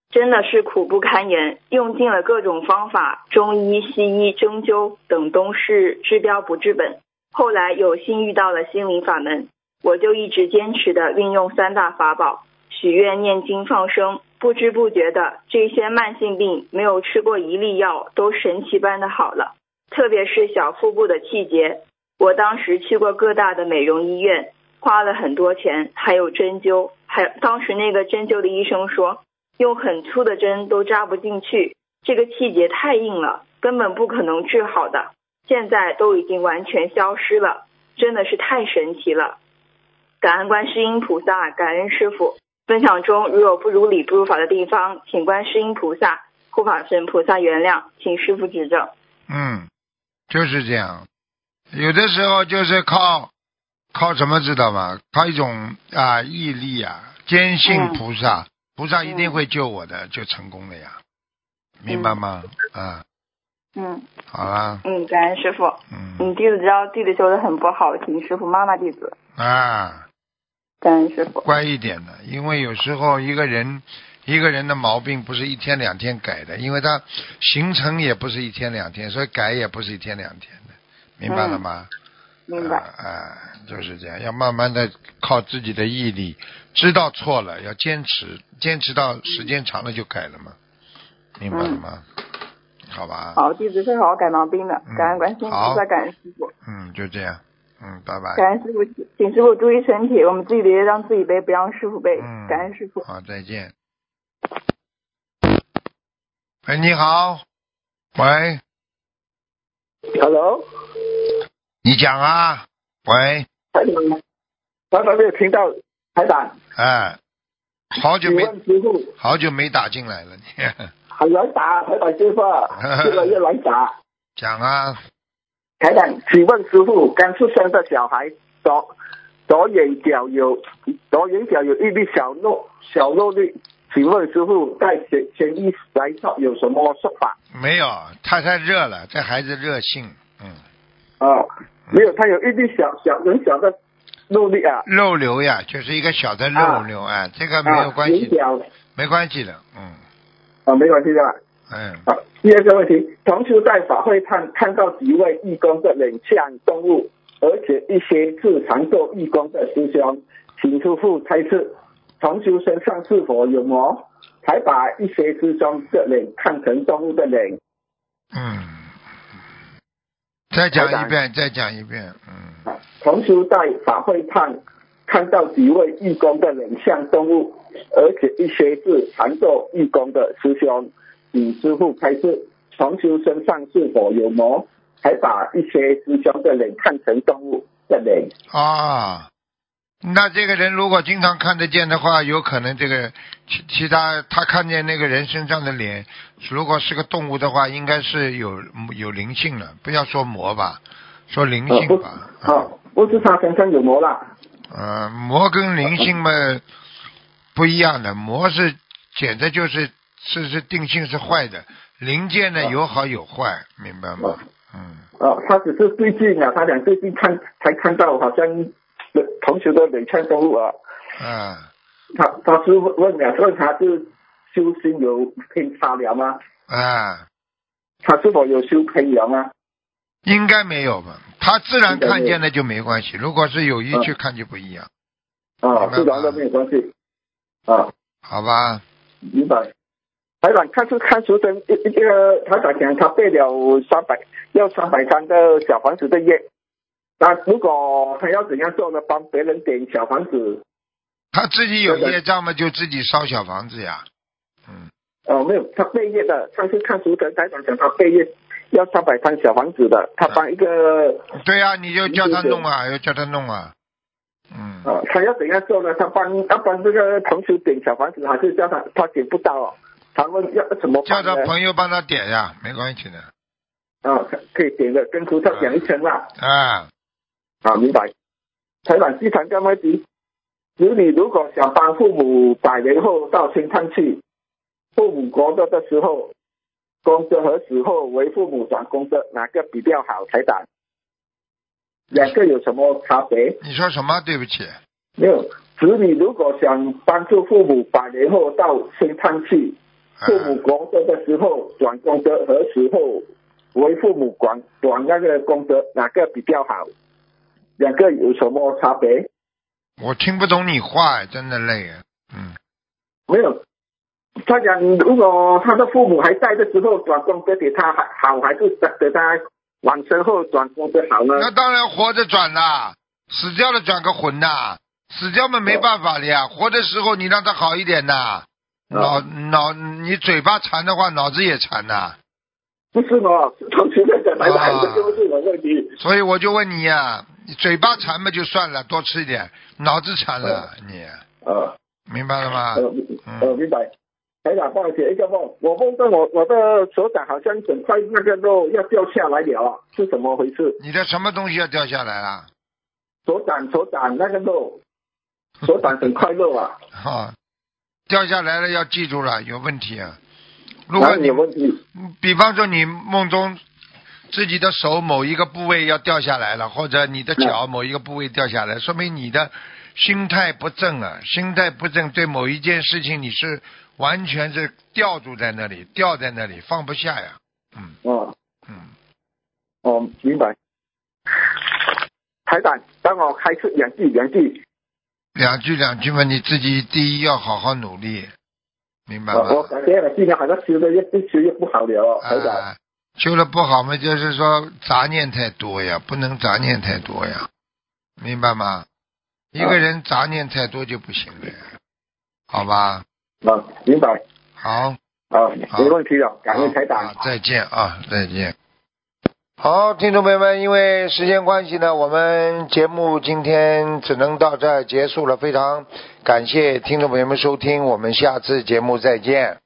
Speaker 6: 真的是苦不堪言，用尽了各种方法，中医、西医、针灸等都是治标不治本。后来有幸遇到了心灵法门，我就一直坚持的运用三大法宝：许愿、念经、放生。不知不觉的，这些慢性病没有吃过一粒药，都神奇般的好了。特别是小腹部的气结，我当时去过各大的美容医院，花了很多钱，还有针灸，还当时那个针灸的医生说，用很粗的针都扎不进去，这个气结太硬了，根本不可能治好的。现在都已经完全消失了，真的是太神奇了。感恩观世音菩萨，感恩师傅。分享中如有不如理、不如法的地方，请观世音菩萨、护法神菩萨原谅，请师傅指正。
Speaker 2: 嗯，就是这样。有的时候就是靠靠什么知道吗？靠一种啊毅力啊，坚信
Speaker 6: 嗯
Speaker 2: 菩萨，菩萨一定
Speaker 6: 嗯
Speaker 2: 会救我的，就成功了呀，明白吗？啊，
Speaker 6: 嗯
Speaker 2: 好啦，
Speaker 6: 嗯，感恩师傅。
Speaker 2: 嗯
Speaker 6: 嗯，弟子知道弟子修的很不好，请师傅骂骂弟子。
Speaker 2: 啊。
Speaker 6: 感恩师傅。
Speaker 2: 乖一点的，因为有时候一个人一个人的毛病不是一天两天改的，因为他形成也不是一天两天，所以改也不是一天两天的，明白了吗？
Speaker 6: 嗯明白。
Speaker 2: 啊、啊就是这样，要慢慢的靠自己的毅力，知道错了要坚持，坚持到时间长了就改了嘛，明白了吗？好吧，
Speaker 6: 嗯好，弟子会好好改毛病的
Speaker 2: 嗯。
Speaker 6: 感恩观世音菩
Speaker 2: 好
Speaker 6: 萨，感恩师傅，
Speaker 2: 嗯，就这样，嗯，拜拜，
Speaker 6: 感恩师傅，请师傅注意身体，我们自己的业让自己背，不让师傅背
Speaker 2: 嗯。
Speaker 6: 感恩师傅。
Speaker 2: 好，再见。喂，哎你好，喂。
Speaker 8: Hello，
Speaker 2: 你讲啊，喂，
Speaker 8: 台长吗，刚才没有听到台长，
Speaker 2: 哎，好久
Speaker 8: 请
Speaker 2: 没
Speaker 8: 问师傅
Speaker 2: 好久没打进来了，你
Speaker 8: 很难打，台长师傅 越来越难打。
Speaker 2: 讲啊，
Speaker 8: 台长，请问师傅，刚出生的小孩左左眼角有左眼角有一粒小肉小肉粒，请问师傅在前前一来上有什么说法？
Speaker 2: 没有，太太热了，这孩子热性，嗯，
Speaker 8: 啊，没有，他有一粒小小很小的肉粒啊，
Speaker 2: 肉瘤呀，就是一个小的肉瘤，哎，这个没有关
Speaker 8: 啊，眼
Speaker 2: 系，
Speaker 8: 角
Speaker 2: 没关系的，嗯
Speaker 8: 啊，没关系的吧？
Speaker 2: 嗯，
Speaker 8: 好，第二个问题，同修在法会看看到几位义工的人像动物，而且一些是常做义工的师兄，请师傅猜测同修身上是否有魔，才把一些师兄的脸看成动物的脸？
Speaker 2: 嗯，再讲
Speaker 8: 台
Speaker 2: 一
Speaker 8: 长
Speaker 2: 遍，再讲一遍，嗯，
Speaker 8: 同时在法会看看到几位义工的人像动物，而且一些是常做义工的师兄，请师傅开示同修身上是否有魔，还把一些师兄的脸看成动物的脸。
Speaker 2: 啊，那这个人如果经常看得见的话，有可能这个其其他他看见那个人身上的脸，如果是个动物的话，应该是有有灵性了，不要说魔吧，说灵
Speaker 8: 呃，不
Speaker 2: 性
Speaker 8: 是
Speaker 2: 吧，，
Speaker 8: 啊，不是他身上有魔啦，
Speaker 2: 呃，魔跟灵性嘛不一样的，魔是简直就是是是定性是坏的，灵界呢有好有坏，明白吗？嗯，
Speaker 8: 哦、他只是最近啊，他俩最近看才看到好像同学的脸像动物啊，
Speaker 2: 啊
Speaker 8: 他他是问了问他是修心有偏差了吗？
Speaker 2: 啊，
Speaker 8: 他是否有修偏阳啊？
Speaker 2: 应该没有吧？他自然
Speaker 8: 应该没有
Speaker 2: 看见了就没关系，如果是有意去
Speaker 8: 嗯
Speaker 2: 看就不一样，
Speaker 8: 啊
Speaker 2: 明，白
Speaker 8: 自然都没有关系。啊，
Speaker 2: 好吧？
Speaker 8: 明白。台长，看出看出生一一个台长讲他背了三百要三百张的小房子的业，那如果他要怎样做呢？帮别人点小房子，
Speaker 2: 他自己有
Speaker 8: 对的
Speaker 2: 业障嘛，就自己烧小房子呀。嗯，
Speaker 8: 哦，没有，他背业的。上次看出生台长讲他背业要三百张小房子的，他帮一个
Speaker 2: 对呀、你就叫他
Speaker 8: 对对
Speaker 2: 弄啊，要叫他弄啊。嗯，
Speaker 8: 啊，他要怎样做呢？他帮他帮这个同学点小房子，还是叫他他点不到哦？他问要怎么
Speaker 2: 叫
Speaker 8: 办呢
Speaker 2: 他？朋友帮他点呀，没关系的。
Speaker 8: 啊，可可以点的，跟菩萨讲一声啦。
Speaker 2: 啊，
Speaker 8: 啊，明白。台长机场刚开始，子女如果想帮父母百年后到天堂去，父母工作的时候，工作和死后为父母转工作，哪个比较好？台长，两个有什么差别？
Speaker 2: 你说什么？对不起。啊
Speaker 8: 没有。子女如果想帮助父母百年后到天堂去，
Speaker 2: 啊
Speaker 8: 父母工作的时候转工作和时候为父母管管那个工作哪个比较好？两个有什么差别？
Speaker 2: 我听不懂你话，真的累啊。嗯，
Speaker 8: 没有。他讲，如果他的父母还在的时候转工作给他好，还是等他往身后转工作好呢？
Speaker 2: 那当然活着转啦，死掉了转个魂呐。死掉嘛没办法的呀，活的时候你让他好一点呐。脑脑，你嘴巴馋的话，脑子也馋呐。
Speaker 8: 不是哦，是同学的讲来来，这个不是我问题。
Speaker 2: 所以我就问你呀、你嘴巴馋嘛就算了，多吃一点，脑子馋了，你
Speaker 8: 啊，
Speaker 2: 明白了吗？
Speaker 8: 呃呃，明白。台长，帮我解一个梦，我梦到我我的手掌好像整块那个肉要掉下来了，是怎么回事？
Speaker 2: 你的什么东西要掉下来了？
Speaker 8: 手掌手掌那个肉，手掌整块肉啊，
Speaker 2: 哈、掉下来了要记住了，有问题啊。如
Speaker 8: 哪
Speaker 2: 果
Speaker 8: 里
Speaker 2: 你
Speaker 8: 有问题？
Speaker 2: 比方说你梦中自己的手某一个部位要掉下来了，或者你的脚某一个部位掉下来，说明你的心态不正啊，心态不正，对某一件事情你是完全是吊住在那里，吊在那里放不下呀。嗯
Speaker 8: 哦、
Speaker 2: 嗯。
Speaker 8: 哦，明白。台长，帮我开出两句两句，
Speaker 2: 两句两句嘛，你自己第一要好好努力，明白
Speaker 8: 啊我哦我
Speaker 2: 吗？
Speaker 8: 感觉我今天好像修的越越修越不好了哦，台长。
Speaker 2: 啊，修的不好嘛，就是说杂念太多呀，不能杂念太多呀，明白吗？一个人杂念太多就不行了呀，好吧？
Speaker 8: 啊，明白
Speaker 2: 好，
Speaker 8: 啊，
Speaker 2: 好
Speaker 8: 没问题了，感恩台
Speaker 2: 好
Speaker 8: 长
Speaker 2: 好。再见啊，再见。
Speaker 9: 好，听众朋友们，因为时间关系呢，我们节目今天只能到这儿结束了。非常感谢听众朋友们收听，我们下次节目再见。